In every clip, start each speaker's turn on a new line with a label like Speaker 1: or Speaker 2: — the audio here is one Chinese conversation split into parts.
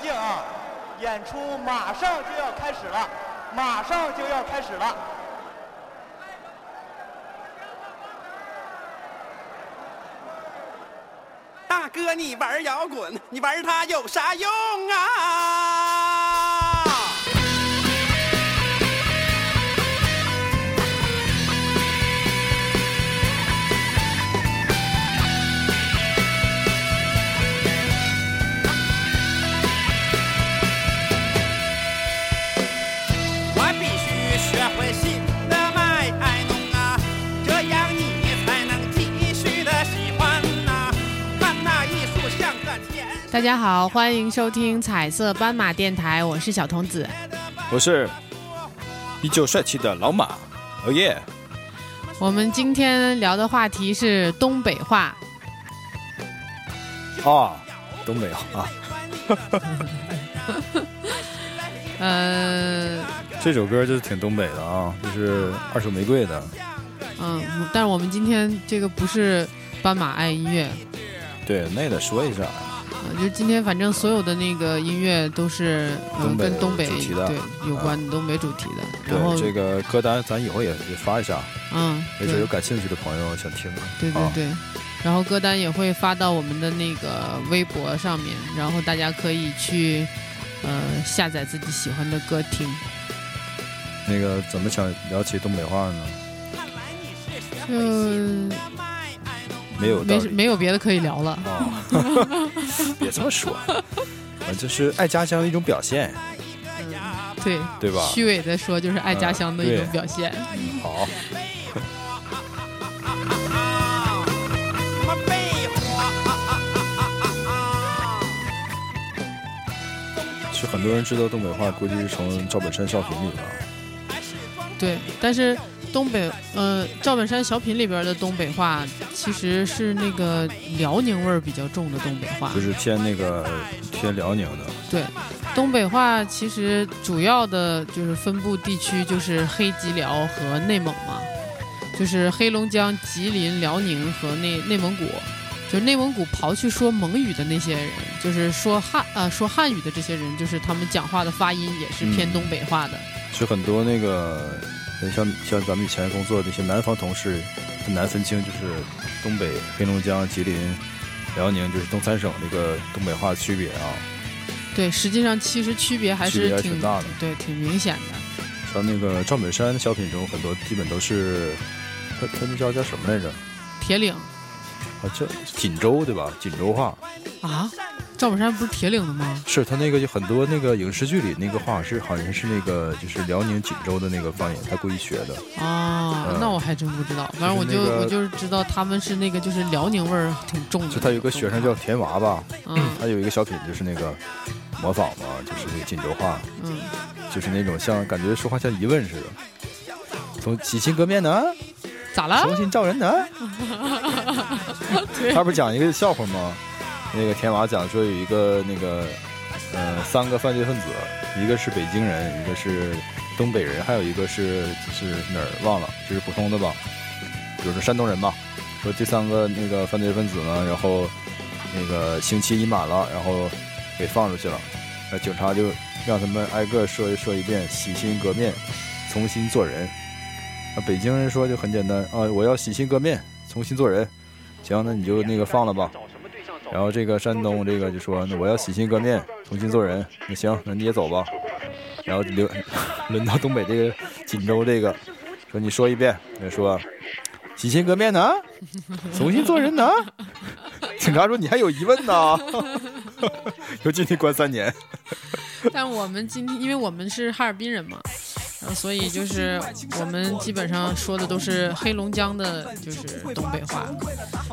Speaker 1: 静啊，演出马上就要开始了，马上就要开始了。
Speaker 2: 大哥，你玩摇滚，你玩它有啥用啊？我必须学会新的卖弄啊，这样你才能继续的喜欢呐、看那艺术像个天使
Speaker 3: 大家好，欢迎收听彩色斑马电台，我是小童子。
Speaker 2: 的
Speaker 4: 我是依旧帅气的老马，哦耶！
Speaker 3: 我们今天聊的话题是东北话，
Speaker 4: 哦，东北话、
Speaker 3: 呃，
Speaker 4: 这首歌就是挺东北的啊，就是二手玫瑰的，
Speaker 3: 嗯，但是我们今天这个不是斑马爱音乐，
Speaker 4: 对，那得说一下，
Speaker 3: 呃、就是今天反正所有的那个音乐都是、呃、
Speaker 4: 东北
Speaker 3: 跟东北
Speaker 4: 主题的嗯
Speaker 3: 对有关的东北主题的，然后
Speaker 4: 对这个歌单，咱以后也也发一下，
Speaker 3: 嗯，
Speaker 4: 没
Speaker 3: 对
Speaker 4: 准有感兴趣的朋友想听。
Speaker 3: 对对
Speaker 4: 啊
Speaker 3: 对。然后歌单也会发到我们的那个微博上面，然后大家可以去，呃，下载自己喜欢的歌听。
Speaker 4: 那个怎么想聊起东北话呢？
Speaker 3: 嗯、
Speaker 4: 没有道
Speaker 3: 没
Speaker 4: 理
Speaker 3: 没有别的可以聊了。
Speaker 4: 啊， 别这么说，啊，就是爱家乡的一种表现。
Speaker 2: 啊
Speaker 3: 对
Speaker 4: 对吧
Speaker 3: 虚伪的说，就是爱家乡的一种
Speaker 4: 嗯对
Speaker 3: 表现。
Speaker 4: 好，
Speaker 2: 什么被
Speaker 4: 是很多人知道东北话，估计是从赵本山少平里的啊。
Speaker 3: 对，但是东北，呃，赵本山小品里边的东北话，其实是那个辽宁味儿比较重的东北话
Speaker 4: 就。是偏那个偏辽宁的，
Speaker 3: 对，东北话其实主要的就是分布地区就是黑吉辽和内蒙嘛，就是黑龙江、吉林、辽宁和内内蒙古。就是内蒙古刨去说蒙语的那些人，就是说汉呃说汉语的这些人，就是他们讲话的发音也是偏
Speaker 4: 嗯
Speaker 3: 东北话的。
Speaker 4: 是很多那个像像咱们以前工作的那些南方同事，很难分清，就是东北、黑龙江、吉林、辽宁，就是东三省那个东北话的区别啊。
Speaker 3: 对，实际上其实区别还
Speaker 4: 区别
Speaker 3: 是
Speaker 4: 还
Speaker 3: 挺
Speaker 4: 挺大的
Speaker 3: 对，挺明显的。
Speaker 4: 像那个赵本山小品中，很多基本都是他他那叫叫什么来着？
Speaker 3: 铁岭
Speaker 4: 啊，叫锦州对吧？锦州话
Speaker 3: 啊，赵本山不是铁岭的吗？
Speaker 4: 是他那个有很多那个影视剧里那个话是好像是那个就是辽宁锦州的那个方言，他故意学的。
Speaker 3: 啊，那我还真不知道。反正我
Speaker 4: 嗯就是
Speaker 3: 就
Speaker 4: 那个
Speaker 3: 我就是知道他们是那个就是辽宁味儿挺重的。
Speaker 4: 就他有个学生叫田娃吧，
Speaker 3: 嗯
Speaker 4: 他有一个小品，就是那个模仿嘛，就是那个锦州话，
Speaker 3: 嗯，
Speaker 4: 就是那种像感觉说话像疑问似的，从洗心革面呢，
Speaker 3: 咋了？
Speaker 4: 重新造人呢。他不是讲一个笑话吗？那个田娃讲说有一个那个呃三个犯罪分子，一个是北京人，一个是东北人，还有一个是就是哪儿忘了，就是普通的吧，比如说山东人吧。说这三个那个犯罪分子呢，然后那个刑期已满了，然后给放出去了，那警察就让他们挨个说一说一遍，洗心革面，重新做人。那啊北京人说就很简单啊，我要洗心革面，重新做人。行，那你就那个放了吧。然后这个山东这个就说，那我要洗心革面，重新做人。那行，那你也走吧。然后留轮到东北这个锦州这个，说你说一遍，他说洗心革面呢，重新做人呢。 警察说你还有疑问呢， 又进去关三年。
Speaker 3: 但我们今天，因为我们是哈尔滨人嘛，然后所以就是我们基本上说的都是黑龙江的，就是东北话。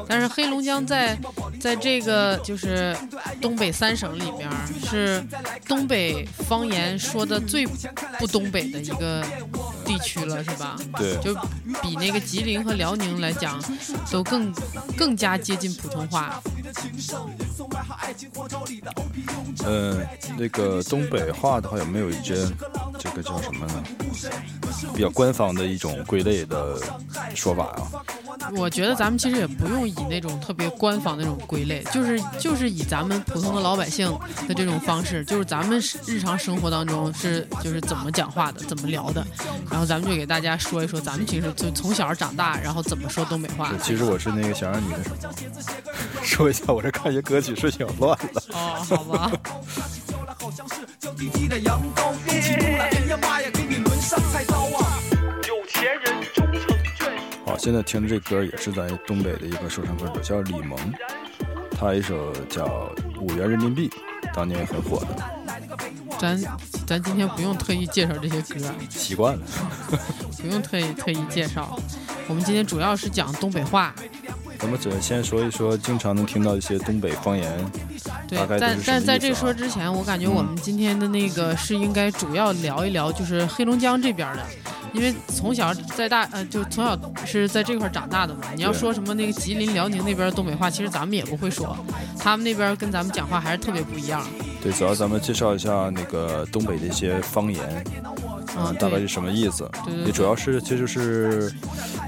Speaker 3: 但是黑龙江在在这个就是东北三省里面儿是东北方言说的最不东北的一个地区了，是吧？
Speaker 4: 对
Speaker 3: 就比那个吉林和辽宁来讲，都更更加接近普通话。
Speaker 4: 嗯，那个东北话的话有没有一些这个叫什么呢？比较官方的一种归类的说法啊？
Speaker 3: 我觉得咱们其实也不用以那种特别官方那种归类，就是就是以咱们普通的老百姓的这种方式，就是咱们日常生活当中是就是怎么讲话的，怎么聊的，然后咱们就给大家说一说，咱们平时就从小长大，然后怎么说东北话
Speaker 4: 是。其实我是那个想让你那什么， 说一下，我这看一些歌曲是挺乱的。
Speaker 3: 哦，好吧，
Speaker 5: 好像是娇滴滴的羊羔，一起出来，天呀妈呀，给你抡上菜刀啊！
Speaker 6: 有钱人终成眷属，
Speaker 4: 好，现在听的这歌也是在东北的一个说唱歌手，叫李萌，他有一首叫《五元人民币》，当年也很火的，
Speaker 3: 咱咱今天不用特意介绍这些歌，
Speaker 4: 习 惯了。
Speaker 3: 不用特意特意介绍，我们今天主要是讲东北话，
Speaker 4: 咱们只是先说一说，经常能听到一些东北方言。
Speaker 3: 对
Speaker 4: 大，概
Speaker 3: 但
Speaker 4: 就是什么
Speaker 3: 但在
Speaker 4: 意思
Speaker 3: 这
Speaker 4: 啊
Speaker 3: 说之前，我感觉我们今天的那个是应该主要聊一聊，就是黑龙江这边的，因为从小在大呃，就从小是在这块儿长大的嘛。你要
Speaker 4: 对
Speaker 3: 说什么那个吉林、辽宁那边东北话，其实咱们也不会说，他们那边跟咱们讲话还是特别不一样。
Speaker 4: 对，主要咱们介绍一下那个东北的一些方言，
Speaker 3: 嗯，
Speaker 4: 啊大概是
Speaker 3: 对，
Speaker 4: 什么意思
Speaker 3: 对对。对
Speaker 4: 也主要是其实就是，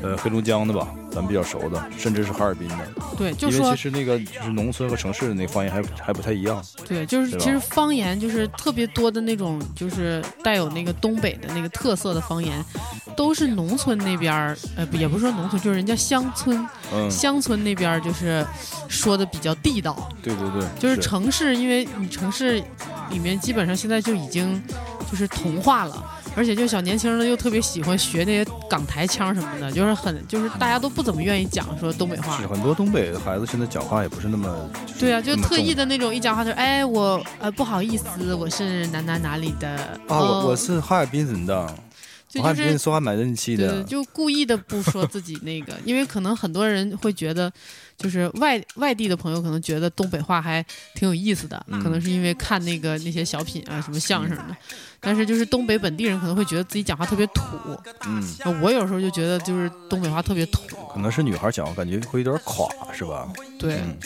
Speaker 4: 呃，黑龙江的吧，咱们比较熟的，甚至是哈尔滨的，
Speaker 3: 对，就
Speaker 4: 因为
Speaker 3: 说
Speaker 4: 其实那个就是农村和城市的那个方言还还不太一样。
Speaker 3: 对，就是
Speaker 4: 对吧
Speaker 3: 其实方言就是特别多的那种，就是带有那个东北的那个特色的方言，都是农村那边儿，呃，不也不是说农村，就是人家乡村，
Speaker 4: 嗯，
Speaker 3: 乡村那边儿就是说的比较地道。
Speaker 4: 对对对，
Speaker 3: 就是城市，因为你城市里面基本上现在就已经就是同化了，而且就小年轻的又特别喜欢学那些港台腔什么的，就是很就是大家都不怎么愿意讲说东北话
Speaker 4: 是。很多东北的孩子现在讲话也不是那么，是
Speaker 3: 对啊，就
Speaker 4: 那么
Speaker 3: 特意
Speaker 4: 重
Speaker 3: 的那种，一讲话就哎我呃不好意思，我是哪哪哪里的
Speaker 4: 啊，
Speaker 3: 哦
Speaker 4: 我我是哈尔滨人的，
Speaker 3: 就
Speaker 4: 我哈
Speaker 3: 就
Speaker 4: 尔滨人
Speaker 3: 是
Speaker 4: 说话蛮任气
Speaker 3: 对
Speaker 4: 的。
Speaker 3: 就故意的不说自己那个，因为可能很多人会觉得，就是外外地的朋友可能觉得东北话还挺有意思的，
Speaker 4: 嗯
Speaker 3: 可能是因为看那个那些小品啊什么相声的，但是就是东北本地人可能会觉得自己讲话特别土，
Speaker 4: 嗯，
Speaker 3: 那我有时候就觉得就是东北话特别土，
Speaker 4: 可能是女孩讲话感觉会有点垮，是吧？
Speaker 3: 对，
Speaker 4: 嗯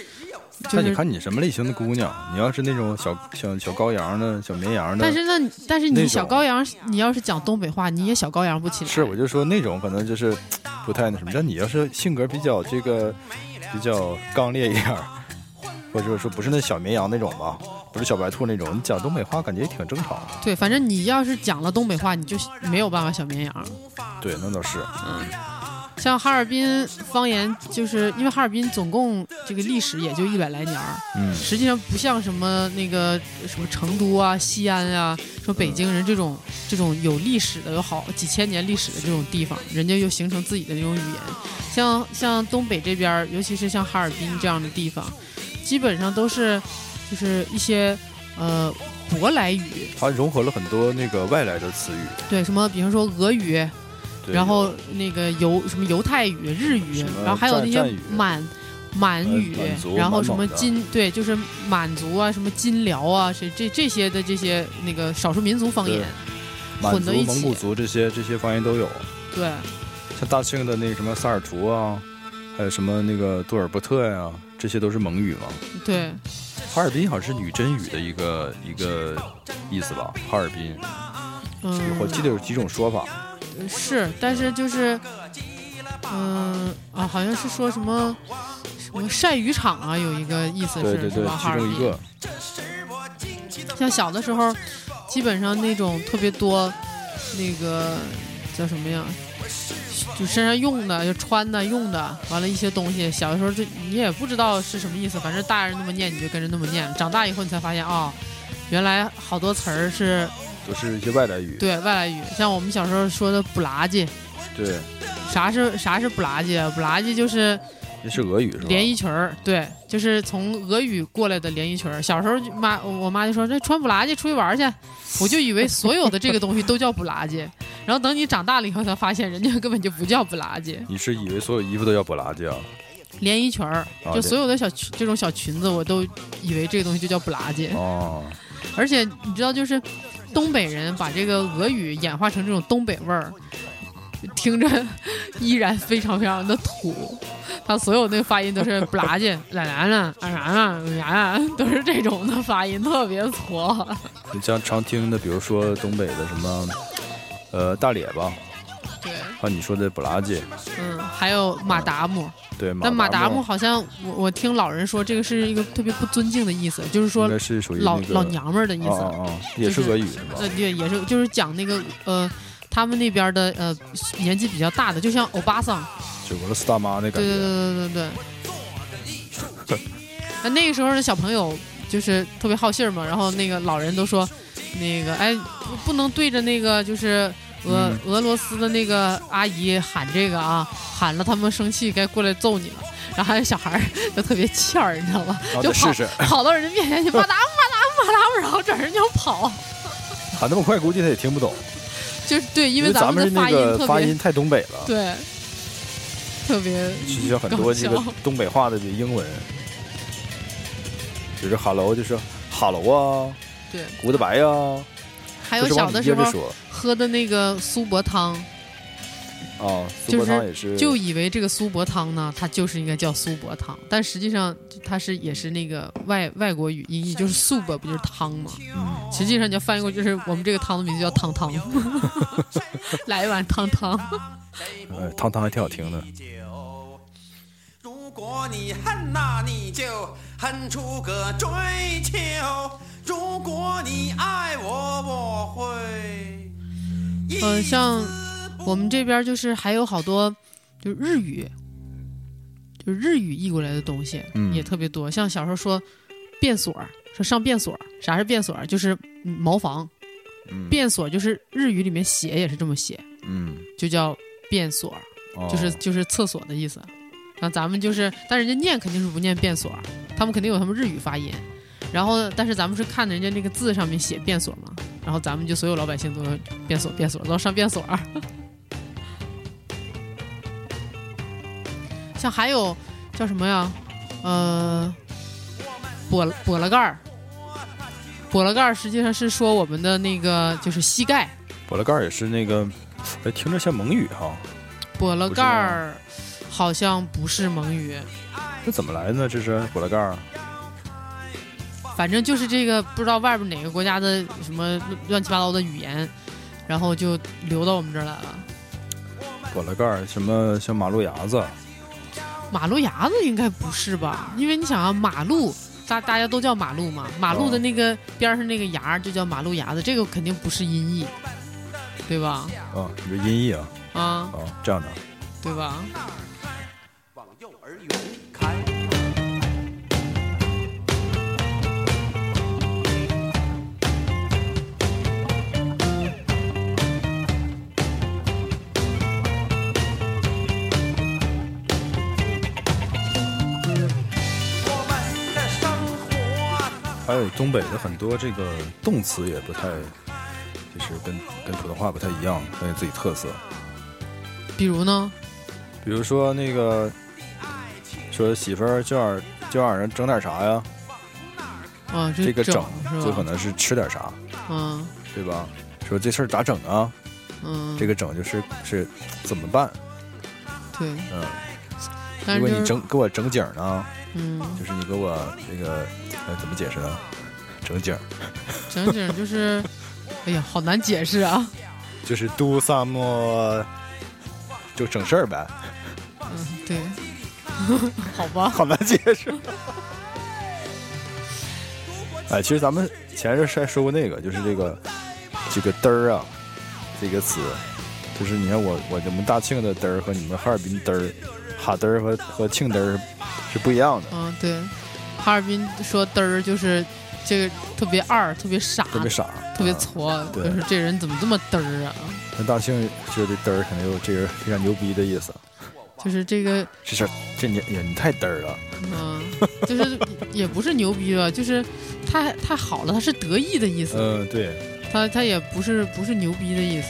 Speaker 3: 就
Speaker 4: 但你
Speaker 3: 是。
Speaker 4: 看你什么类型的姑娘，你要是那种小小小羔羊的、小绵羊的，
Speaker 3: 但是那你，但是
Speaker 4: 那
Speaker 3: 你
Speaker 4: 种
Speaker 3: 小羔羊，你要是讲东北话，你也小羔羊不起来。
Speaker 4: 是我就说那种可能就是不太那什么。但你要是性格比较这个比较刚烈一点儿，或者说不是那小绵羊那种吧，不是小白兔那种，你讲东北话感觉也挺正常的。
Speaker 3: 对，反正你要是讲了东北话，你就没有办法小绵羊。
Speaker 4: 对，那倒是。
Speaker 3: 像哈尔滨方言，就是因为哈尔滨总共这个历史也就一百来年儿，
Speaker 4: 嗯
Speaker 3: 实际上不像什么那个什么成都啊、西安啊、说北京人这种这种有历史的、有好几千年历史的这种地方，人家又形成自己的那种语言。像像东北这边儿，尤其是像哈尔滨这样的地方，基本上都是就是一些呃舶来语，
Speaker 4: 它融合了很多那个外来的词语，
Speaker 3: 对，什么比方说俄语，
Speaker 4: 对
Speaker 3: 然后那个犹什么犹太语、日语
Speaker 4: 什么，
Speaker 3: 然后还有那
Speaker 4: 战战
Speaker 3: 些
Speaker 4: 语啊呃
Speaker 3: 满满语
Speaker 4: 满族，
Speaker 3: 然后
Speaker 4: 满啊
Speaker 3: 什么
Speaker 4: 蒙的
Speaker 3: 金对，就是满族啊，什么金辽啊，这这这些的这些那个少数民族方言，
Speaker 4: 满
Speaker 3: 混
Speaker 4: 族
Speaker 3: 到一、起
Speaker 4: 蒙古族这些这些方言都有，
Speaker 3: 对
Speaker 4: 像大庆的那个什么萨尔图啊，还有什么那个杜尔伯特呀、这些都是蒙语嘛。
Speaker 3: 对
Speaker 4: 哈尔滨好像是女真语的一个一个意思吧？哈尔滨，
Speaker 3: 嗯，
Speaker 4: 我记得有几种说法。
Speaker 3: 是，但是就是，嗯、啊，好像是说什么什么晒渔场啊，有一个意思
Speaker 4: 对
Speaker 3: 是
Speaker 4: 对
Speaker 3: 是
Speaker 4: 对
Speaker 3: 吧？，哈
Speaker 4: 其
Speaker 3: 尔
Speaker 4: 中
Speaker 3: 滨
Speaker 4: 一个，
Speaker 3: 像小的时候，基本上那种特别多，那个叫什么呀？就身上用的、就穿的、用的，完了一些东西，小的时候就你也不知道是什么意思，反正大人那么念你就跟着那么念，长大以后你才发现啊、原来好多词儿是
Speaker 4: 都是一些外来语。
Speaker 3: 对外来语，像我们小时候说的“不拉叽
Speaker 4: 对，”，
Speaker 3: 啥是啥是“不拉叽”？“啊？“不拉叽”就是
Speaker 4: 也是俄语是吧？
Speaker 3: 连衣裙儿，对，就是从俄语过来的连衣裙儿。小时候就妈我妈就说这穿布拉吉出去玩儿去，我就以为所有的这个东西都叫布拉吉，然后等你长大了以后才发现，人家根本就不叫布拉吉，
Speaker 4: 你是以为所有衣服都叫布拉吉啊？
Speaker 3: 连衣裙儿，
Speaker 4: 啊
Speaker 3: 就
Speaker 4: 对
Speaker 3: 所有的小裙这种小裙子，我都以为这个东西就叫布拉吉。
Speaker 4: 哦，
Speaker 3: 而且你知道，就是东北人把这个俄语演化成这种东北味儿，听着依然非常非常的土。他所有那个发音都是不拉叽、懒懒懒、俺然俺然俺，都是这种的发音，特别挫。
Speaker 4: 你像常听的，比如说东北的什么，呃，大列巴，
Speaker 3: 对，
Speaker 4: 还有你说的布拉吉，
Speaker 3: 嗯，还有马达姆。
Speaker 4: 对，马
Speaker 3: 但马达
Speaker 4: 达
Speaker 3: 姆好像我我听老人说，这个是一个特别不尊敬的意思，就是说
Speaker 4: 应该是属于
Speaker 3: 老
Speaker 4: 那个
Speaker 3: 老娘们儿的意
Speaker 4: 啊
Speaker 3: 思。
Speaker 4: 啊啊，也是俄语是吧？
Speaker 3: 呃，对，也是就是讲那个呃，他们那边的呃年纪比较大的，就像欧巴桑，
Speaker 4: 就俄罗斯大妈那感
Speaker 3: 对对
Speaker 4: 觉，
Speaker 3: 对对对对。那那个时候的小朋友就是特别好信儿嘛，然后那个老人都说，那个哎，不能对着那个就是俄、
Speaker 4: 嗯
Speaker 3: 俄罗斯的那个阿姨喊这个啊，喊了他们生气该过来揍你了。然后还有小孩儿就特别欠儿，你知道吧？
Speaker 4: 然后
Speaker 3: 就
Speaker 4: 再
Speaker 3: 跑
Speaker 4: 试试，
Speaker 3: 跑到人面前去，马达姆马达姆马达姆，然后转身就跑。
Speaker 4: 喊啊那么快，估计他也听不懂，
Speaker 3: 就是对，因为
Speaker 4: 咱
Speaker 3: 们的
Speaker 4: 那
Speaker 3: 发音
Speaker 4: 个
Speaker 3: 特别
Speaker 4: 发音太东北了，
Speaker 3: 对，特别
Speaker 4: 其实很多这个
Speaker 3: 搞笑
Speaker 4: 东北话的这英文，就是 hello 就是 hello 啊
Speaker 3: 对。
Speaker 4: ，goodbye 啊，
Speaker 3: 还
Speaker 4: 就
Speaker 3: 有
Speaker 4: 是
Speaker 3: 小
Speaker 4: 往
Speaker 3: 的
Speaker 4: 你
Speaker 3: 时
Speaker 4: 接着
Speaker 3: 候
Speaker 4: 说
Speaker 3: 喝的那个苏泊汤，
Speaker 4: 啊，苏
Speaker 3: 就
Speaker 4: 泊
Speaker 3: 是
Speaker 4: 汤也是
Speaker 3: 就以为这个苏泊汤呢，它就是应该叫苏泊汤，但实际上它是也是那个外外国语音译，就是 soup 不就是汤吗？
Speaker 4: 嗯
Speaker 3: 实际上你要翻译过去，就是我们这个汤的名字叫汤汤， 来一碗汤汤。
Speaker 4: 哎汤汤还挺好听的。
Speaker 2: 如果你恨呐、你就恨出个追求；如果你爱我，我会。
Speaker 3: 嗯，像我们这边就是还有好多就日语，就日语译过来的东西
Speaker 4: 嗯
Speaker 3: 也特别多。像小时候说便所儿，说上便所儿，啥是便所儿？就是嗯茅房，
Speaker 4: 嗯
Speaker 3: 便所就是日语里面写也是这么写，
Speaker 4: 嗯，
Speaker 3: 就叫便所儿，
Speaker 4: 哦
Speaker 3: 就是就是厕所的意思。然后咱们就是，但人家念肯定是不念便所儿，他们肯定有他们日语发音。然后，但是咱们是看着人家那个字上面写便所嘛，然后咱们就所有老百姓都说便所便所，都上便所儿。 像还有叫什么呀？呃，跛了跛了盖儿，跛了盖儿实际上是说我们的那个就是膝盖，
Speaker 4: 博拉盖儿也是那个，哎，听着像蒙语哈，
Speaker 3: 跛了盖儿好像不是蒙语，
Speaker 4: 这怎么来呢？这是博拉盖儿，
Speaker 3: 反正就是这个不知道外边哪个国家的什么乱七八糟的语言，然后就流到我们这儿来了。
Speaker 4: 博拉盖儿什么像马路牙子，
Speaker 3: 马路牙子应该不是吧？因为你想啊，马路大大家都叫马路嘛，马路的那个边儿上那个牙儿就叫马路牙子，这个肯定不是音译，对吧？
Speaker 4: 啊，你说音译啊，
Speaker 3: 啊，
Speaker 4: 啊，这样的，
Speaker 3: 对吧？
Speaker 2: 往幼儿园开。我们的生活
Speaker 4: 还有东北的很多这个动词也不太，就是跟跟普通话不太一样，很有自己特色。
Speaker 3: 比如呢，
Speaker 4: 比如说那个，说媳妇儿今晚今晚上整点啥呀？
Speaker 3: 啊，
Speaker 4: 这个
Speaker 3: 整
Speaker 4: 整
Speaker 3: 是
Speaker 4: 就可
Speaker 3: 吧？
Speaker 4: 能是吃点啥，
Speaker 3: 嗯
Speaker 4: 对吧？说这事儿咋整啊？
Speaker 3: 嗯，
Speaker 4: 这个整就是是怎么办？
Speaker 3: 对，
Speaker 4: 嗯，
Speaker 3: 但
Speaker 4: 如
Speaker 3: 是
Speaker 4: 果
Speaker 3: 就
Speaker 4: 你
Speaker 3: 是
Speaker 4: 整给我整景儿呢，
Speaker 3: 嗯，
Speaker 4: 就是你给我这个呃怎么解释呢？整景儿
Speaker 3: 整整就是，哎呀，好难解释啊。
Speaker 4: 就是 do some，就整事儿呗，
Speaker 3: 嗯，对， 好吧，
Speaker 4: 好难解释。哎，其实咱们前阵儿还说过那个，就是这个这个嘚儿啊，这个词，就是你看我我我们大庆的嘚儿和你们哈尔滨嘚儿、哈嘚儿和和庆嘚儿是不一样的，
Speaker 3: 嗯，对，哈尔滨说嘚儿就是这个特别二，特别傻，
Speaker 4: 特别傻，
Speaker 3: 特别
Speaker 4: 嗯
Speaker 3: 挫，
Speaker 4: 对
Speaker 3: 就是这人怎么这么嘚儿啊？
Speaker 4: 那大庆觉得嘚儿可能有这人非常牛逼的意思，
Speaker 3: 就是这个，
Speaker 4: 这事儿这你也你太嘚儿了，
Speaker 3: 嗯，就是也不是牛逼吧，就是太太好了，他是得意的意思，
Speaker 4: 嗯，对，
Speaker 3: 他他也不是不是牛逼的意思。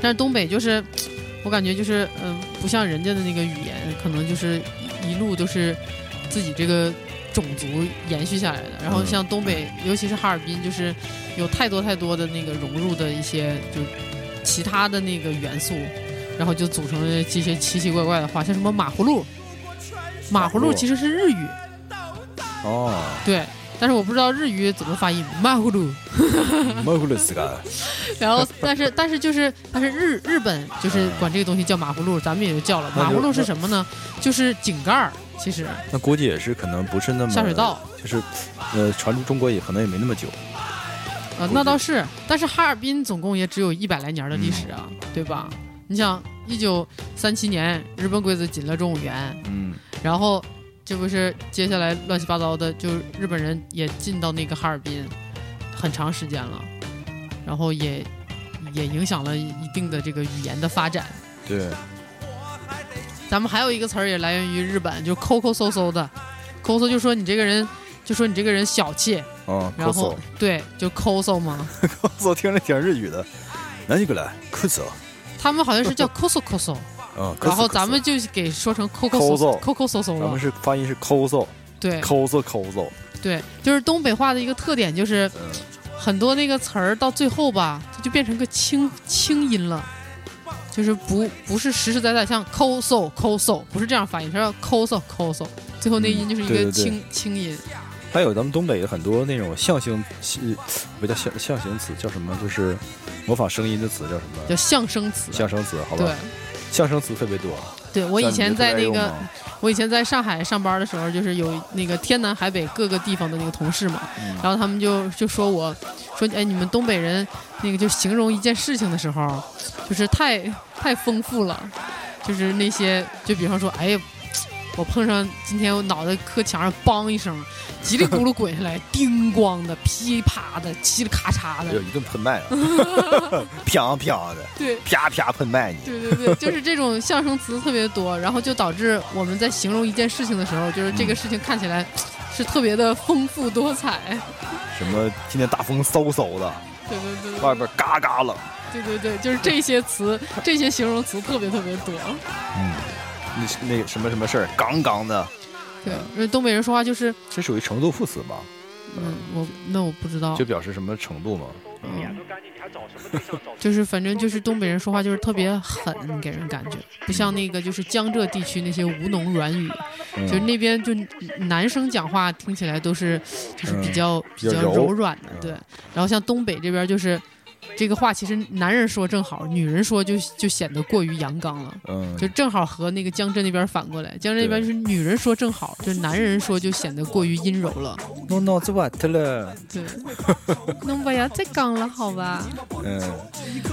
Speaker 3: 但是东北就是，我感觉就是，嗯、不像人家的那个语言，可能就是一一路都是自己这个种族延续下来的。然后
Speaker 4: 嗯
Speaker 3: 像东北，尤其是哈尔滨，就是有太多太多的那个融入的一些就其他的那个元素，然后就组成了这些奇奇怪怪的话，像什么马葫芦，马葫
Speaker 4: 马葫
Speaker 3: 芦
Speaker 4: 芦
Speaker 3: 其实是日语，
Speaker 4: 哦，
Speaker 3: 对，但是我不知道日语怎么发音，马葫芦。
Speaker 4: 莫古鲁斯嘎，
Speaker 3: 然后，但是但是就是，但是日日本就是管这个东西叫马葫芦，咱们也就叫了。马葫芦是什么呢？就是井盖儿，其实
Speaker 4: 那估计也是可能不是那么
Speaker 3: 下水道，
Speaker 4: 就是呃传入中国也可能也没那么久，
Speaker 3: 呃，那倒是，但是哈尔滨总共也只有一百来年的历史啊，对吧？你想，一九三七年日本鬼子进了中五原，
Speaker 4: 嗯，
Speaker 3: 然后这不是接下来乱七八糟的，就是日本人也进到那个哈尔滨很长时间了，然后也也影响了一定的这个语言的发展。
Speaker 4: 对，
Speaker 3: 咱们还有一个词儿也来源于日本，就抠抠搜搜的，抠搜就说你这个人，就说你这个人小气，
Speaker 4: 啊，
Speaker 3: 然后
Speaker 4: 酷 搜，
Speaker 3: 对，就抠搜嘛。
Speaker 4: 酷搜听着挺日语的，那你过来，酷搜，
Speaker 3: 他们好像是叫抠搜抠搜，
Speaker 4: 嗯，
Speaker 3: 然后咱们就给说成抠抠搜搜，抠抠搜搜
Speaker 4: 咱们
Speaker 3: 了。
Speaker 4: 是发音是抠搜，
Speaker 3: 对
Speaker 4: 抠搜抠搜，
Speaker 3: 对，就是东北话的一个特点，就是
Speaker 4: 嗯，
Speaker 3: 很多那个词儿到最后吧，它就变成个轻轻音了。就是不不是实实在在像抠搜抠搜，不是这样发音，它叫抠搜抠搜，最后那音就是一
Speaker 4: 嗯对
Speaker 3: 个
Speaker 4: 对对
Speaker 3: 轻轻音。
Speaker 4: 还有咱们东北有很多那种象形，呃不叫象象形词，叫什么？就是模仿声音的词叫什么？
Speaker 3: 叫象声词。
Speaker 4: 象声词，好
Speaker 3: 对
Speaker 4: 吧？象声词特别多。
Speaker 3: 对，我以前在那
Speaker 4: 像你们
Speaker 3: 个
Speaker 4: 特别爱用吗
Speaker 3: 我以前在上海上班的时候，就是有那个天南海北各个地方的那个同事嘛，
Speaker 4: 嗯
Speaker 3: 然后他们就就说我说哎，你们东北人那个就形容一件事情的时候，就是太太丰富了，就是那些就比方说哎呀。我碰上今天我脑袋磕墙上，梆一 声，叽里咕噜滚下来，叮咣的、噼啪的、嘁里咔嚓
Speaker 4: 哎呦，
Speaker 3: 的，
Speaker 4: 一顿喷麦啊， 啪啪的，
Speaker 3: 对，
Speaker 4: 啪啪喷麦你。
Speaker 3: 对对对，就是这种象声词特别多，然后就导致我们在形容一件事情的时候，就是这
Speaker 4: 嗯
Speaker 3: 个事情看起来是特别的丰富多彩。
Speaker 4: 什么？今天大风嗖嗖的，
Speaker 3: 对对对，
Speaker 4: 外边嘎嘎冷。
Speaker 3: 对对对，就是这些词，这些形容词特别特别多。
Speaker 4: 那是那什么什么事儿，杠杠的，
Speaker 3: 对，因为东北人说话就是，
Speaker 4: 这属于程度副词吧？
Speaker 3: 嗯，我那我不知道
Speaker 4: 就，表示什么程度嘛？
Speaker 3: 嗯，
Speaker 6: 都干净，你还找什么对象找？
Speaker 3: 就是反正就是东北人说话就是特别狠，给人感觉不像那个就是江浙地区那些吴侬软语，
Speaker 4: 嗯
Speaker 3: 就那边就男生讲话听起来都是就是比较、比
Speaker 4: 比
Speaker 3: 较
Speaker 4: 较
Speaker 3: 柔
Speaker 4: 柔
Speaker 3: 软的
Speaker 4: 嗯，
Speaker 3: 对。然后像东北这边就是这个话，其实男人说正好，女人说就就显得过于阳刚了。
Speaker 4: 嗯，
Speaker 3: 就正好和那个江浙那边反过来，江浙那边
Speaker 4: 对
Speaker 3: 是女人说正好，就是男人说就显得过于阴柔了。
Speaker 4: 弄脑子瓦特了。
Speaker 3: 对，那不要再刚了，好吧？
Speaker 4: 嗯，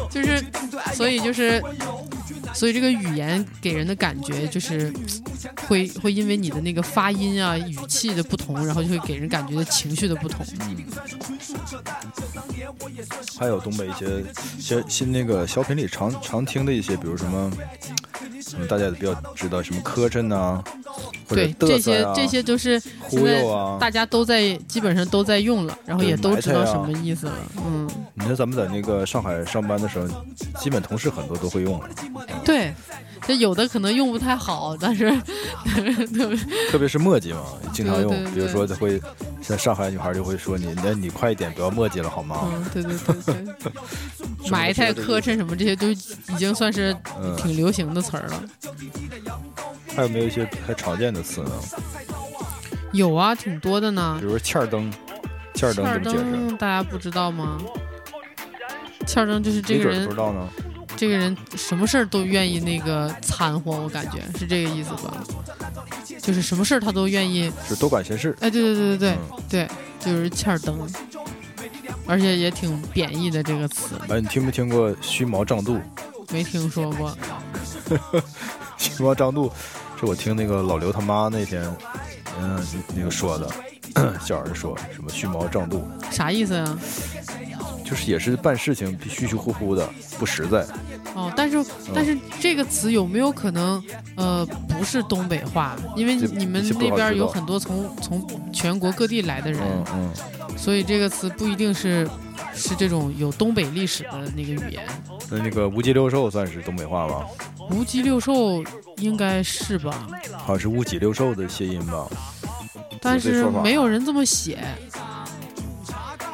Speaker 3: 就是，所以就是，所以这个语言给人的感觉就是，会会因为你的那个发音啊、语气的不同，然后就会给人感觉情绪的不同。
Speaker 4: 嗯还有东北一些些新那个小品里常常听的一些，比如什么，嗯，大家也比较知道什么磕碜呐，或者
Speaker 3: 对，这
Speaker 4: 嘚瑟啊
Speaker 3: 些
Speaker 4: 呀、
Speaker 3: 这些都是现
Speaker 4: 忽
Speaker 3: 在
Speaker 4: 悠啊。
Speaker 3: 大家都在基本上都在用了，然后
Speaker 4: 对
Speaker 3: 也都
Speaker 4: 埋
Speaker 3: 知
Speaker 4: 汰
Speaker 3: 道
Speaker 4: 啊
Speaker 3: 什么意思了。嗯，
Speaker 4: 你看咱们在那个上海上班的时候，基本同事很多都会 用，啊
Speaker 3: 对，这有的可能用不太好，但是
Speaker 4: 特别是墨迹嘛，经常用。
Speaker 3: 对对对
Speaker 4: 比如说会，像上海女孩就会说你，那你快一点，不要墨迹了好吗？
Speaker 3: 嗯，对对对对， 埋汰、磕碜什么这些都已经算是
Speaker 4: 嗯
Speaker 3: 挺流行的词儿了。
Speaker 4: 还有没有一些还常见的词呢？
Speaker 3: 有啊，挺多的呢
Speaker 4: 比。如说欠儿灯，欠儿灯
Speaker 3: 欠
Speaker 4: 怎
Speaker 3: 儿
Speaker 4: 么解释？
Speaker 3: 灯大家不知道吗？欠儿灯就是这
Speaker 4: 没
Speaker 3: 个
Speaker 4: 准儿不
Speaker 3: 人
Speaker 4: 知，道呢。
Speaker 3: 这个人什么事儿都愿意那个掺和，我感觉是这个意思吧？就是什么事儿他都愿意，
Speaker 4: 就是多管闲事。
Speaker 3: 哎，对对对对对、
Speaker 4: 嗯
Speaker 3: 对，就是欠儿灯，而且也挺贬义的这个词，
Speaker 4: 哎，你听没听过虚毛胀肚？
Speaker 3: 没听说过。
Speaker 4: 虚毛胀肚， 是我听那个老刘他妈那天，嗯、那个说的。 小儿说什么虚毛胀肚，
Speaker 3: 啥意思呀、啊
Speaker 4: 就是也是办事情虚虚乎乎的，不实在。
Speaker 3: 哦，但是
Speaker 4: 嗯
Speaker 3: 但是这个词有没有可能，呃，不是东北话？因为
Speaker 4: 这
Speaker 3: 你们
Speaker 4: 这不好
Speaker 3: 那边儿
Speaker 4: 知
Speaker 3: 有
Speaker 4: 道
Speaker 3: 很多从从全国各地来的人，
Speaker 4: 嗯嗯，
Speaker 3: 所以这个词不一定是是这种有东北历史的那个语言。
Speaker 4: 那那个无鸡六兽算是东北话吧？
Speaker 3: 无鸡六兽应该是吧，
Speaker 4: 好像是乌鸡六兽的谐音吧？
Speaker 3: 但
Speaker 4: 有这
Speaker 3: 是
Speaker 4: 说法
Speaker 3: 没有人这么写。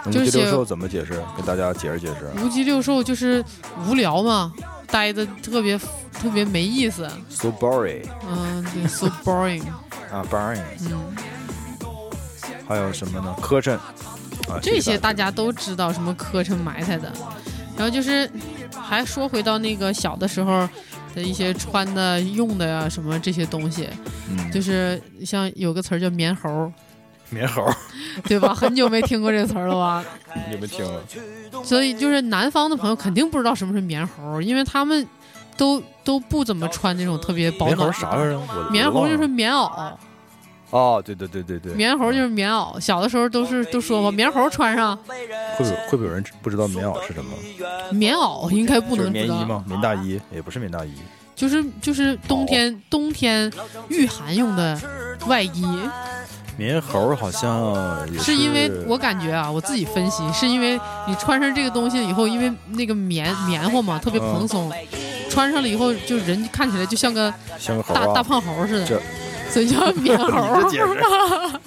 Speaker 4: 那
Speaker 3: 就
Speaker 4: 乌
Speaker 3: 是
Speaker 4: 鸡
Speaker 3: 写
Speaker 4: 六兽怎么解释？给大家解释解释。
Speaker 3: 无鸡六兽就是无聊嘛，待的特别特别没意思。
Speaker 4: So boring
Speaker 3: 嗯，对，so boring。
Speaker 4: 啊，boring。
Speaker 3: 嗯，
Speaker 4: 还有什么呢？柯镇啊，
Speaker 3: 这些
Speaker 4: 谢谢
Speaker 3: 大家都知道，什么磕碜埋汰的。然后就是，还说回到那个小的时候的一些穿的、用的呀、什么这些东西，
Speaker 4: 嗯，
Speaker 3: 就是像有个词儿叫棉猴儿，
Speaker 4: 棉猴儿，
Speaker 3: 对吧？很久没听过这个词儿了吧？
Speaker 4: 你们听了？
Speaker 3: 所以就是南方的朋友肯定不知道什么是棉猴儿，因为他们都都不怎么穿那种特别保
Speaker 4: 棉猴
Speaker 3: 暖
Speaker 4: 儿。啥玩意儿啊？我
Speaker 3: 棉猴
Speaker 4: 我
Speaker 3: 儿
Speaker 4: 忘了
Speaker 3: 就是棉袄，
Speaker 4: 哦，对对对对对，
Speaker 3: 棉猴儿就是棉袄。小的时候都是都说嘛，棉猴儿穿上
Speaker 4: 会不会会不会有人不知道棉袄是什么？
Speaker 3: 棉袄应该不
Speaker 4: 就是
Speaker 3: 能
Speaker 4: 棉
Speaker 3: 知
Speaker 4: 衣
Speaker 3: 道，
Speaker 4: 吗？棉大衣也不是棉大衣，
Speaker 3: 就是就是冬天冬天御寒用的外衣，
Speaker 4: 棉猴儿好像也
Speaker 3: 是因为我感觉啊，我自己分析是因为你穿上这个东西以后，因为那个棉棉花嘛特别蓬松，
Speaker 4: 嗯
Speaker 3: 穿上了以后就人看起来就像个
Speaker 4: 像个猴
Speaker 3: 大
Speaker 4: 儿
Speaker 3: 大
Speaker 4: 啊，
Speaker 3: 胖猴似
Speaker 4: 这
Speaker 3: 的，所以叫棉猴
Speaker 4: 你这解释
Speaker 3: 儿。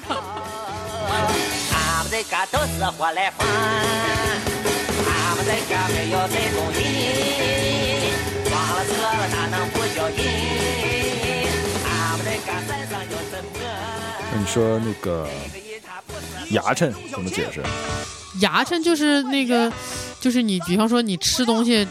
Speaker 7: 俺们这个都是活来换，俺们这个没有这种人，装了车了哪能不叫人？俺们这个身上有什么？
Speaker 4: 那你说那个牙碜怎么解释？
Speaker 3: 牙碜就是那个，就是你比方说你吃东西，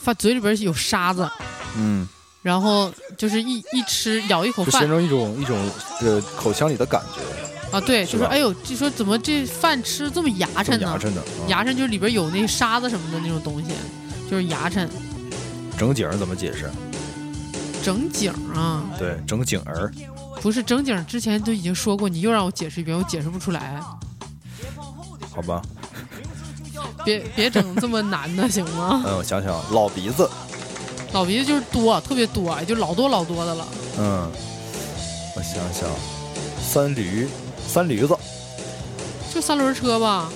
Speaker 3: 发嘴里边有沙子，
Speaker 4: 嗯，
Speaker 3: 然后就是一一吃咬一口
Speaker 4: 就形
Speaker 3: 饭
Speaker 4: 成一种一种呃口腔里的感觉，
Speaker 3: 啊，对，就是说
Speaker 4: 吧
Speaker 3: 哎呦，就说怎么这饭吃这么牙碜
Speaker 4: 牙
Speaker 3: 呢？
Speaker 4: 碜的，啊
Speaker 3: 牙碜就是里边有那沙子什么的那种东西，就是牙碜。
Speaker 4: 整景儿怎么解释？
Speaker 3: 整景儿啊，
Speaker 4: 对，整景儿，
Speaker 3: 不是整景儿，之前都已经说过，你又让我解释一遍，我解释不出来。
Speaker 4: 好吧？
Speaker 3: 别别整这么难的， 行吗？
Speaker 4: 嗯，我想想，老鼻子，
Speaker 3: 老鼻子就是多，特别多，哎就老多老多的了。
Speaker 4: 嗯，我想想，三驴，三驴子，
Speaker 3: 就三轮车吧。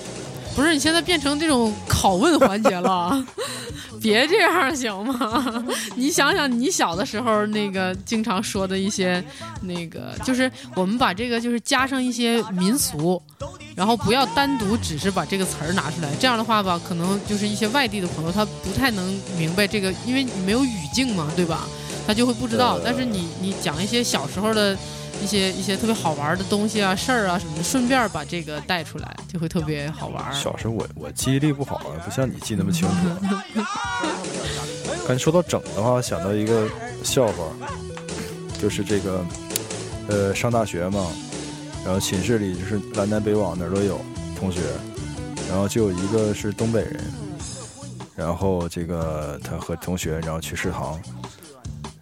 Speaker 3: 不是，你现在变成这种拷问环节了，别这样行吗？你想想，你小的时候那个经常说的一些，那个就是我们把这个就是加上一些民俗，然后不要单独只是把这个词儿拿出来，这样的话吧，可能就是一些外地的朋友他不太能明白这个，因为你没有语境嘛，对吧？他就会不知道
Speaker 4: 对。
Speaker 3: 但是你你讲一些小时候的一些一些特别好玩的东西啊、事儿啊什么的，顺便把这个带出来，就会特别好玩儿。
Speaker 4: 小时候我我记忆力不好啊，不像你记那么清楚。 刚才说到整的话，想到一个笑话，就是这个，呃，上大学嘛，然后寝室里就是南南北往哪儿都有同学，然后就有一个是东北人，然后这个他和同学然后去食堂，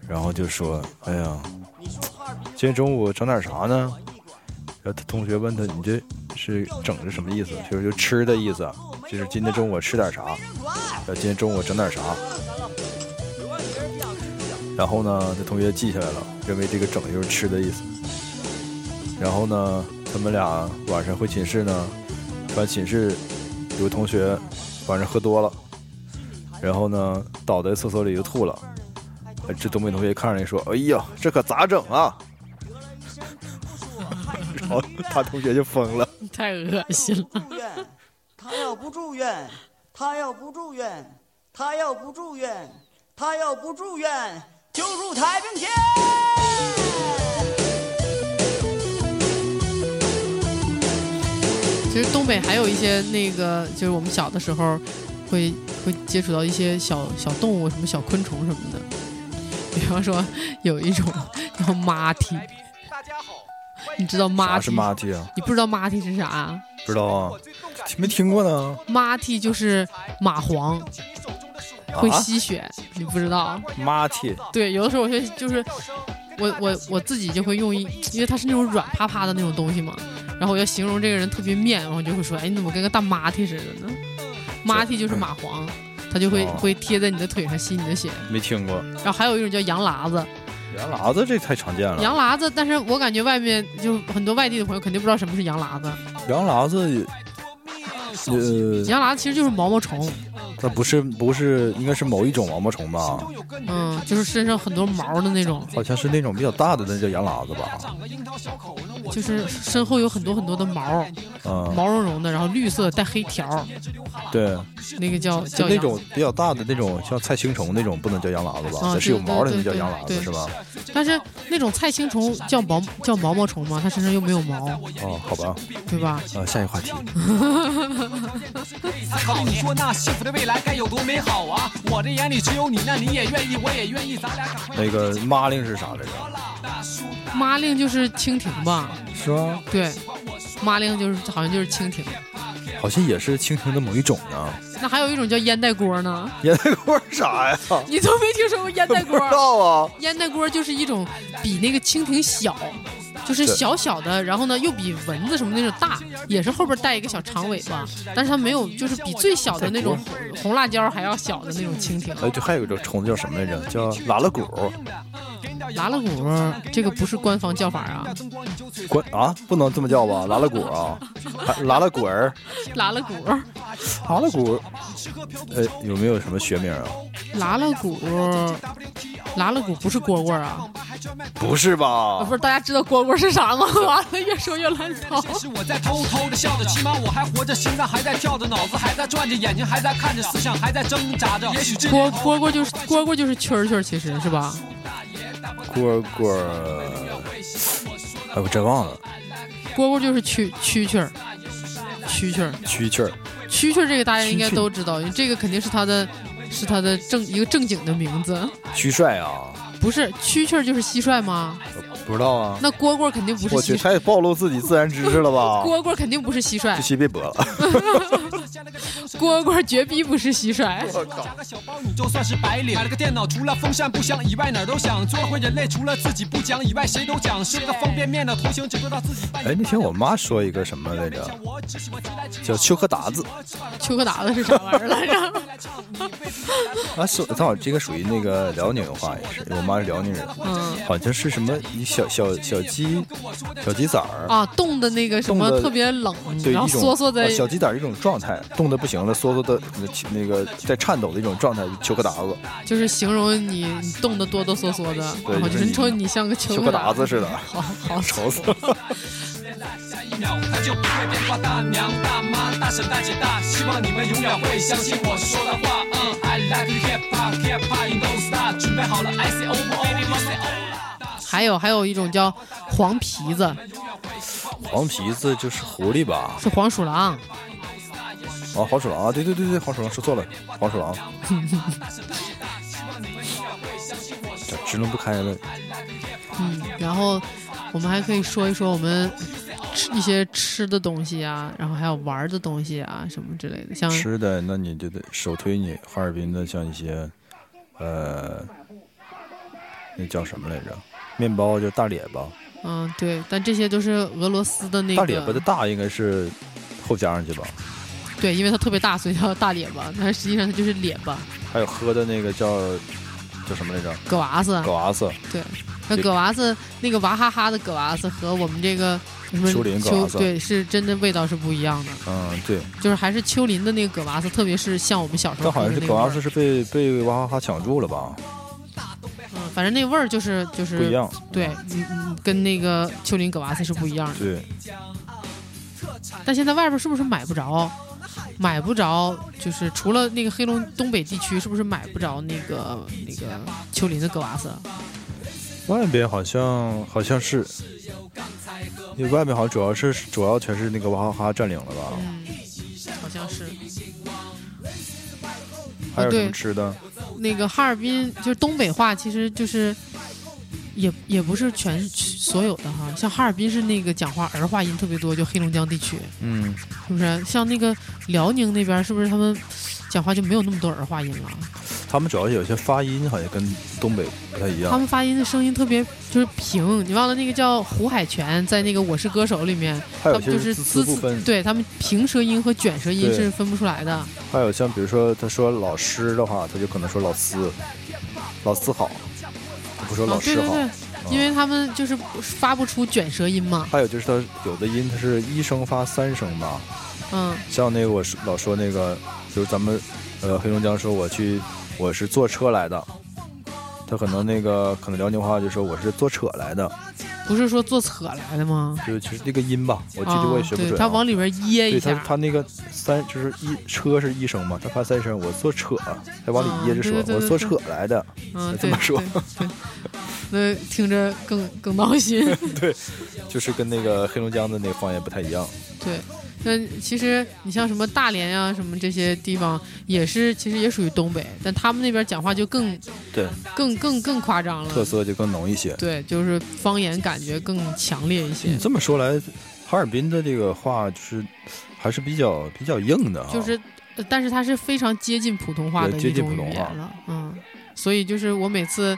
Speaker 4: 然后就说，哎呀，今天中午整点啥呢？然后他同学问他，你这是整是什么意思？就是就吃的意思，就是今天中午我吃点啥，然后今天中午我整点啥。然后呢，这同学记下来了，认为这个整就是吃的意思。然后呢，他们俩晚上回寝室呢，突然寝室有个同学晚上喝多了，然后呢倒在厕所里就吐了。哎这东北同学看着人说：“哎呀，这可咋整啊？” 然后他同学就疯了。
Speaker 3: 太恶心了。
Speaker 8: 住院，他要不住院，他要不住院，他要不住院，他要不住院，就住太平间。
Speaker 3: 其实东北还有一些那个，就是我们小的时候会会接触到一些小小动物，什么小昆虫什么的。比方说有一种叫马蹄，你知道马
Speaker 4: 啥
Speaker 3: 蹄
Speaker 4: 是？马蹄啊？
Speaker 3: 你不知道马蹄是啥？
Speaker 4: 不知道啊，没听过呢。
Speaker 3: 马蹄就是蚂蟥，会
Speaker 4: 啊
Speaker 3: 吸血，你不知道？
Speaker 4: 马蹄，
Speaker 3: 对，有的时候我就就是我我我自己就会用一，因为它是那种软趴趴的那种东西嘛，然后我要形容这个人特别面，然后就会说，哎，你怎么跟个大马蹄似的呢？马蹄就是蚂蟥，它就会、
Speaker 4: 嗯哦
Speaker 3: 会贴在你的腿上吸你的血。
Speaker 4: 没听过。
Speaker 3: 然后还有一种叫羊喇子，
Speaker 4: 羊喇啊子这太常见了。
Speaker 3: 羊喇子，但是我感觉外面就很多外地的朋友肯定不知道什么是羊喇子。
Speaker 4: 啊羊喇子，呃，
Speaker 3: 羊喇子其实就是毛毛虫，
Speaker 4: 那不是不是应该是某一种毛毛虫吧？
Speaker 3: 嗯，就是身上很多毛的那种，
Speaker 4: 好像是那种比较大的，那叫羊喇子吧？
Speaker 3: 就是身后有很多很多的毛，
Speaker 4: 嗯，
Speaker 3: 毛茸茸的，然后绿色带黑条，
Speaker 4: 对，
Speaker 3: 那个叫
Speaker 4: 就
Speaker 3: 叫
Speaker 4: 那
Speaker 3: 羊
Speaker 4: 种比较大的那种，像菜青虫那种，不能叫羊喇子吧？
Speaker 3: 啊
Speaker 4: 得是有
Speaker 3: 对
Speaker 4: 毛的
Speaker 3: 对
Speaker 4: 那叫
Speaker 3: 对
Speaker 4: 羊喇子
Speaker 3: 对
Speaker 4: 是吧？
Speaker 3: 但是那种菜青虫叫毛叫毛毛虫吗？它身上又没有毛，
Speaker 4: 哦，好吧，
Speaker 3: 对吧？
Speaker 4: 呃，下一个话题，
Speaker 9: 他跟你说那幸福的未来该有多美好啊！我的眼里只有你，那你也愿意，我也愿意，咱俩赶快。
Speaker 4: 那个妈令是啥来着？
Speaker 3: 麻令就是蜻蜓吧？
Speaker 4: 是啊吗？
Speaker 3: 对，麻令就是好像就是蜻蜓。
Speaker 4: 好像也是蜻蜓的某一种呢。
Speaker 3: 那还有一种叫烟袋锅呢，
Speaker 4: 烟袋锅是啥呀？
Speaker 3: 你都没听说过烟袋
Speaker 4: 不知
Speaker 3: 锅？
Speaker 4: 道啊。
Speaker 3: 烟袋锅就是一种比那个蜻蜓小，就是
Speaker 4: 对
Speaker 3: 小小的，然后呢又比蚊子什么那种大，也是后边带一个小长尾巴，但是它没有，就是比最小的那种红红辣椒还要小的那种蜻蜓。
Speaker 4: 哎，对，还有一种虫子叫什么来着？叫拉拉骨。
Speaker 3: 拉拉骨这个不是官方叫法啊，
Speaker 4: 关啊，不能这么叫吧？拉拉骨啊，还拉拉滚儿，
Speaker 3: 拉拉骨，
Speaker 4: 拉拉骨。呃，有没有什么学名啊？
Speaker 3: 拉拉骨，拉拉骨不是蝈蝈啊，
Speaker 4: 不是
Speaker 3: 啊
Speaker 4: 吧
Speaker 3: 不？是大家知道蝈蝈是啥吗？ 完了，越说越乱套。
Speaker 9: 是我在偷偷的笑着，起码我还活着，心脏还在跳着，脑子还在转着，眼睛还在看着，思想还在挣扎着。也许这
Speaker 3: 蝈蝈蝈就是蝈蝈就是蛐儿蛐儿，其实是吧？
Speaker 4: 蝈蝈儿。哎，我真忘了，
Speaker 3: 蝈蝈就是蛐蛐蛐儿，蛐蛐儿，
Speaker 4: 蛐蛐儿。
Speaker 3: 蛐蛐儿这个大家应该都知道，因为这个肯定是它的，是它的正一个正经的名字，
Speaker 4: 蟋蟀啊，
Speaker 3: 不是蛐蛐儿就是蟋蟀吗？
Speaker 4: 不知道啊。
Speaker 3: 那蝈蝈肯定不是
Speaker 4: 我去，
Speaker 3: 蟋蟀，
Speaker 4: 太暴露自己自然知识 了吧？
Speaker 3: 蝈蝈肯定不哦是蟋
Speaker 4: 这
Speaker 3: 蟀，
Speaker 4: 期别 播了。
Speaker 3: 蝈蝈绝逼不是蟋蟀。
Speaker 9: 加个小包，你就算是白领。买了个电脑，除了风扇不响以外，哪儿都响。做回人类，除了自己不讲以外，谁都讲。是个方便面的图形，只知道自己扮
Speaker 4: 哎，那天我妈说一个什么来着？叫丘克达子
Speaker 3: 秋克达子是啥玩意儿来着？
Speaker 4: 啊，是正好这个属于那个辽宁话，也是我妈是辽宁人，
Speaker 3: 嗯
Speaker 4: 好像是什么一小小小鸡小鸡崽儿，
Speaker 3: 啊，冻的那个什么
Speaker 4: 冻得
Speaker 3: 特别冷，
Speaker 4: 对
Speaker 3: 然后
Speaker 4: 一种
Speaker 3: 缩缩在
Speaker 4: 啊小鸡崽儿一种状态，冻得不行了，缩缩的那个在颤抖的一种状态，丘克达子，
Speaker 3: 就是形容你你冻得哆哆嗦嗦的，
Speaker 4: 对
Speaker 3: 然后就
Speaker 4: 就是
Speaker 3: 是
Speaker 4: 你
Speaker 3: 你瞅你像个球
Speaker 4: 丘克达子似的，
Speaker 3: 好好
Speaker 4: 愁死了。
Speaker 9: 一秒，他就不会变化。大娘、大妈、大婶、大姐、大，希望你们永远会相信我说的话。嗯，I like you hip hop, hip hop, you know stop。准备好了，I say oh, O O O say O。
Speaker 3: 还有还有一种叫黄皮子，
Speaker 4: 黄皮子就是狐狸吧？
Speaker 3: 是黄鼠狼，
Speaker 4: 啊，黄鼠狼啊，对对对对，黄鼠狼说错了，黄鼠 狼。这支棱不开了，
Speaker 3: 嗯，然后我们还可以说一说我们吃一些吃的东西啊，然后还有玩儿的东西啊什么之类的，像
Speaker 4: 吃的那你就得首推你哈尔滨的像一些，呃，那叫什么来着？面包就大列巴，
Speaker 3: 嗯对，但这些都是俄罗斯的那个
Speaker 4: 大列巴的大应该是后加上去吧？
Speaker 3: 对，因为它特别大，所以叫大列巴，但实际上它就是列巴，
Speaker 4: 还有喝的那个叫叫什么来着？
Speaker 3: 葛娃子，啊
Speaker 4: 狗娃子，
Speaker 3: 对，那葛娃子那个娃哈哈的葛娃子和我们这个什么
Speaker 4: 丘陵葛娃子
Speaker 3: 丘对，是真的味道是不一样的，
Speaker 4: 嗯，对，
Speaker 3: 就是还是丘陵的那个葛娃子，特别是像我们小时候
Speaker 4: 但好
Speaker 3: 喝
Speaker 4: 像
Speaker 3: 的那
Speaker 4: 是狗
Speaker 3: 个味
Speaker 4: 娃
Speaker 3: 儿，
Speaker 4: 子是被被娃哈哈抢注了吧？
Speaker 3: 嗯，反正那味儿就是就是
Speaker 4: 不一样，
Speaker 3: 对，嗯嗯，跟那个丘陵葛娃子是不一样的。
Speaker 4: 对，
Speaker 3: 但现在外边是不是买不着？买不着，就是除了那个黑龙东北地区，是不是买不着那个那个丘陵的格瓦斯？
Speaker 4: 外边好像好像是，因为外面好像主要是主要全是那个娃哈哈占领了吧？
Speaker 3: 嗯，好像是。
Speaker 4: 还有什
Speaker 3: 啊对
Speaker 4: 么吃的？
Speaker 3: 那个哈尔滨就是东北话，其实就是也也不是全是所有的哈，像哈尔滨是那个讲话儿化音特别多，就黑龙江地区，
Speaker 4: 嗯，
Speaker 3: 是不是？像那个辽宁那边，是不是他们讲话就没有那么多儿化音了？
Speaker 4: 他们主要有些发音好像跟东北不太一
Speaker 3: 他
Speaker 4: 样。
Speaker 3: 们发音的声音特别就是平，你忘了那个叫胡海泉在那个《我是歌手》里面，
Speaker 4: 还有
Speaker 3: 他们
Speaker 4: 些
Speaker 3: 就是
Speaker 4: 字词不分，
Speaker 3: 对他们平舌音和卷舌音
Speaker 4: 对
Speaker 3: 是分不出来的。
Speaker 4: 还有像比如说他说老师的话，他就可能说老师，老师好，他不说
Speaker 3: 啊
Speaker 4: 老，嗯
Speaker 3: 对
Speaker 4: 师
Speaker 3: 对
Speaker 4: 好。
Speaker 3: 对，因为他们就是发不出卷舌音嘛。
Speaker 4: 还有就是他有的音他是一声发三声吧，
Speaker 3: 嗯，
Speaker 4: 像那个我是老说那个就是咱们呃黑龙江说我去我是坐车来的，他可能那个可能辽宁话就说我是坐车来的，
Speaker 3: 不是说做扯来的吗？
Speaker 4: 就是其实那个音吧，我具体
Speaker 3: 啊，
Speaker 4: 我也学不准、
Speaker 3: 对
Speaker 4: 啊。
Speaker 3: 他往里边噎一
Speaker 4: 对他
Speaker 3: 下，
Speaker 4: 他那个三就是一车是一声嘛，他发三声，我坐车，他往里噎着说，
Speaker 3: 啊对对对
Speaker 4: 我坐车来的，哎
Speaker 3: 嗯，
Speaker 4: 这
Speaker 3: 对，
Speaker 4: 么说
Speaker 3: 对，对那听着更更闹心。
Speaker 4: 就是跟那个黑龙江的那个方言不太一样。
Speaker 3: 对，那其实你像什么大连呀、什么这些地方，也是其实也属于东北，但他们那边讲话就更
Speaker 4: 对，
Speaker 3: 更更更夸张
Speaker 4: 特
Speaker 3: 了。
Speaker 4: 色就更浓一些。
Speaker 3: 对，就是方言感觉更强烈一些
Speaker 4: 你，这么说来，哈尔滨的这个话就是还是比较比较硬的哈。啊
Speaker 3: 就是，呃但是它是非常接近普通话的
Speaker 4: 对
Speaker 3: 一
Speaker 4: 接近
Speaker 3: 种
Speaker 4: 普
Speaker 3: 语
Speaker 4: 通话
Speaker 3: 言了，嗯。所以就是我每次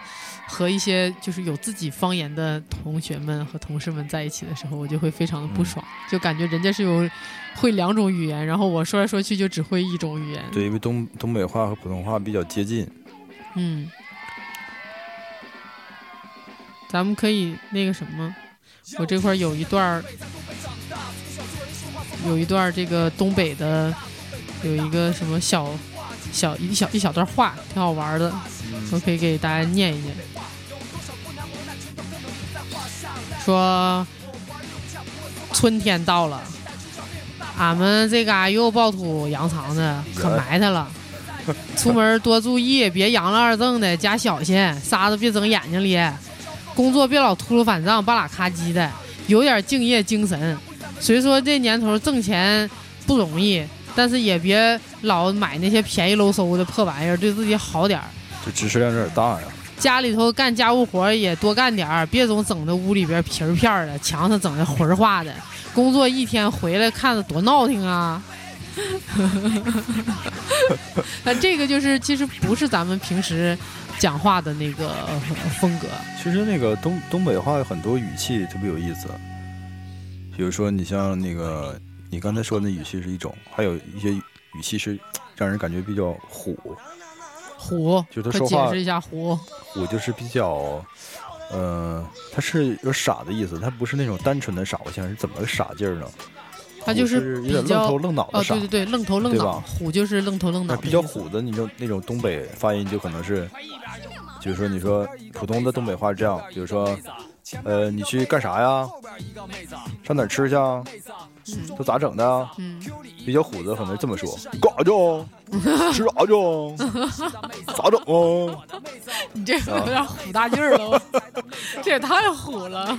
Speaker 3: 和一些就是有自己方言的同学们和同事们在一起的时候，我就会非常的
Speaker 4: 嗯
Speaker 3: 不爽，就感觉人家是有会两种语言，然后我说来说去就只会一种语言。
Speaker 4: 对，因为东东北话和普通话比较接近。
Speaker 3: 嗯，咱们可以那个什么，我这块儿有一段儿，有一段儿这个东北的，有一个什么小小一小一小段话，挺好玩儿的，我可以给大家念一念，说春天到了。俺们这嘎又爆土扬长的，可埋汰了。出门多注意，别扬了二正的，加小心，沙子别整眼睛里。工作别老秃噜反账，半拉咔叽的，有点敬业精神。虽说这年头挣钱不容易，但是也别老买那些便宜喽嗖的破玩意儿，对自己好点儿。
Speaker 4: 就知识量有点大呀。
Speaker 3: 家里头干家务活儿也多干点儿，别总整的屋里边皮儿片儿的，墙上整的魂儿化的。工作一天回来看着多闹挺啊！那这个就是其实不是咱们平时讲话的那个呃风格，
Speaker 4: 其实那个东东北话有很多语气特别有意思，比如说你像那个你刚才说的那语气是一种，还有一些语气是让人感觉比较虎，
Speaker 3: 虎，
Speaker 4: 就是他
Speaker 3: 快
Speaker 4: 说
Speaker 3: 解
Speaker 4: 话
Speaker 3: 释一下虎，
Speaker 4: 虎就是比较，呃，他是有点傻的意思，他不是那种单纯的傻。我想是怎么个傻劲儿呢？
Speaker 3: 他就
Speaker 4: 虎是有
Speaker 3: 比
Speaker 4: 点愣
Speaker 3: 较
Speaker 4: 头愣脑
Speaker 3: 哦，
Speaker 4: 的傻。
Speaker 3: 对对对，愣头愣
Speaker 4: 对
Speaker 3: 脑，
Speaker 4: 吧
Speaker 3: 虎就是愣头愣脑
Speaker 4: 那
Speaker 3: 的意思，
Speaker 4: 比较虎的，你就那种东北发音就可能是，就是说你说普通的东北话是这样，比如说，呃，你去干啥呀？上哪儿吃去啊？都咋整的啊？
Speaker 3: 嗯，
Speaker 4: 比较虎的可能是这么说，干啥去啊？吃啥去啊？咋整啊？
Speaker 3: 你这有点虎大劲儿了，这也太虎了。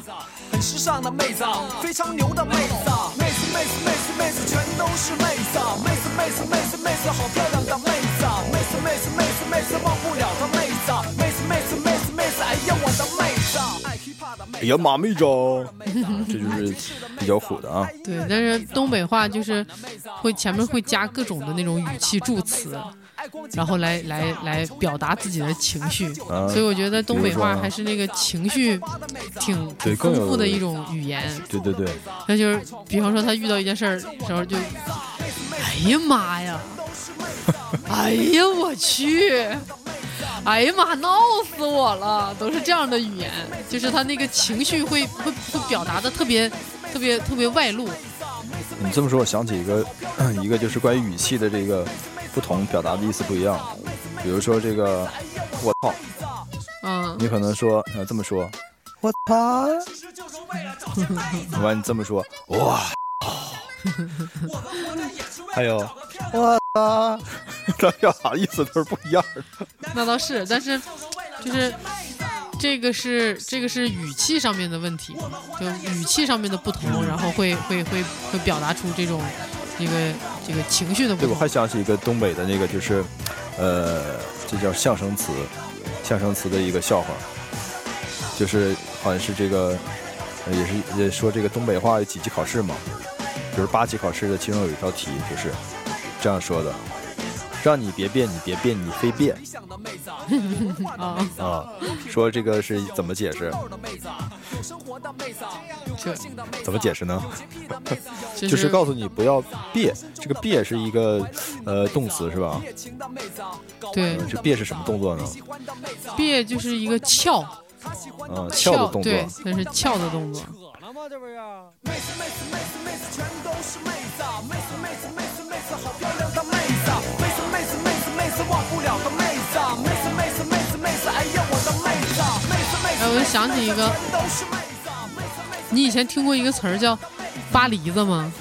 Speaker 5: 很时尚的妹子，啊非常牛的妹子，啊妹子妹子妹子妹子全都是妹子，啊妹子妹子妹子妹子好漂亮的妹子，啊妹子妹子妹子妹子忘不了的妹子，啊妹子妹子妹子妹子，哎呀我的妹子，啊爱 hiphop 的妹啊
Speaker 4: 哎 呀妈咪着，这就是比较虎的啊。
Speaker 3: 对，但是东北话就是会前面会加各种的那种语气助词，然后来来来表达自己的情绪，
Speaker 4: 啊
Speaker 3: 所以我觉得东北
Speaker 4: 比如
Speaker 3: 话
Speaker 4: 说啊
Speaker 3: 还是那个情绪挺挺
Speaker 4: 对更
Speaker 3: 丰
Speaker 4: 有
Speaker 3: 富的一种语言。
Speaker 4: 对对对，
Speaker 3: 那就是比方说他遇到一件事儿的时候就，哎呀妈呀，哎呀我去，哎呀妈，闹死我了，都是这样的语言，就是他那个情绪会会会表达的特别特别特别外露。
Speaker 4: 你这么说，我想起一个，一个就是关于语气的这个不同，表达的意思不一样。比如说这个，我操，
Speaker 3: 嗯，
Speaker 4: 你可能说呃这么说，我 操，完你这么说， 哇，还有我操， 这表达意思都是不一样的。
Speaker 3: 那倒是，但是就是这个是这个是语气上面的问题，就语气上面的不同，然后会会会会表达出这种这个这个情绪的不
Speaker 4: 对，我
Speaker 3: 同
Speaker 4: 还。想起一个东北的那个，就是，呃，这叫相声词，相声词的一个笑话，就是好像是这个，呃也是也说这个东北话有几级考试嘛，就是八级考试的其中有一道题就是这样说的，让你别变，你别变，你非变
Speaker 3: 啊，
Speaker 4: 啊，说这个是怎么解释？
Speaker 9: 啊
Speaker 3: 这
Speaker 4: 怎么解释呢？
Speaker 3: 这
Speaker 4: 就是告诉你不要别，这个别
Speaker 9: 啊
Speaker 4: 是一个呃动词是吧？呃
Speaker 3: 对
Speaker 4: 这别是
Speaker 9: 啊
Speaker 4: 什么动作呢？
Speaker 3: 别就是一个翘
Speaker 4: 嗯，翘的动作。
Speaker 3: 对，那是翘的动作。
Speaker 9: 啊
Speaker 5: 子，妹子妹子妹子妹子全都是妹子，妹子妹子妹子妹子好漂亮的妹子，妹子
Speaker 3: 哎我就想起一个，你以前听过一个词儿叫“巴黎子”吗？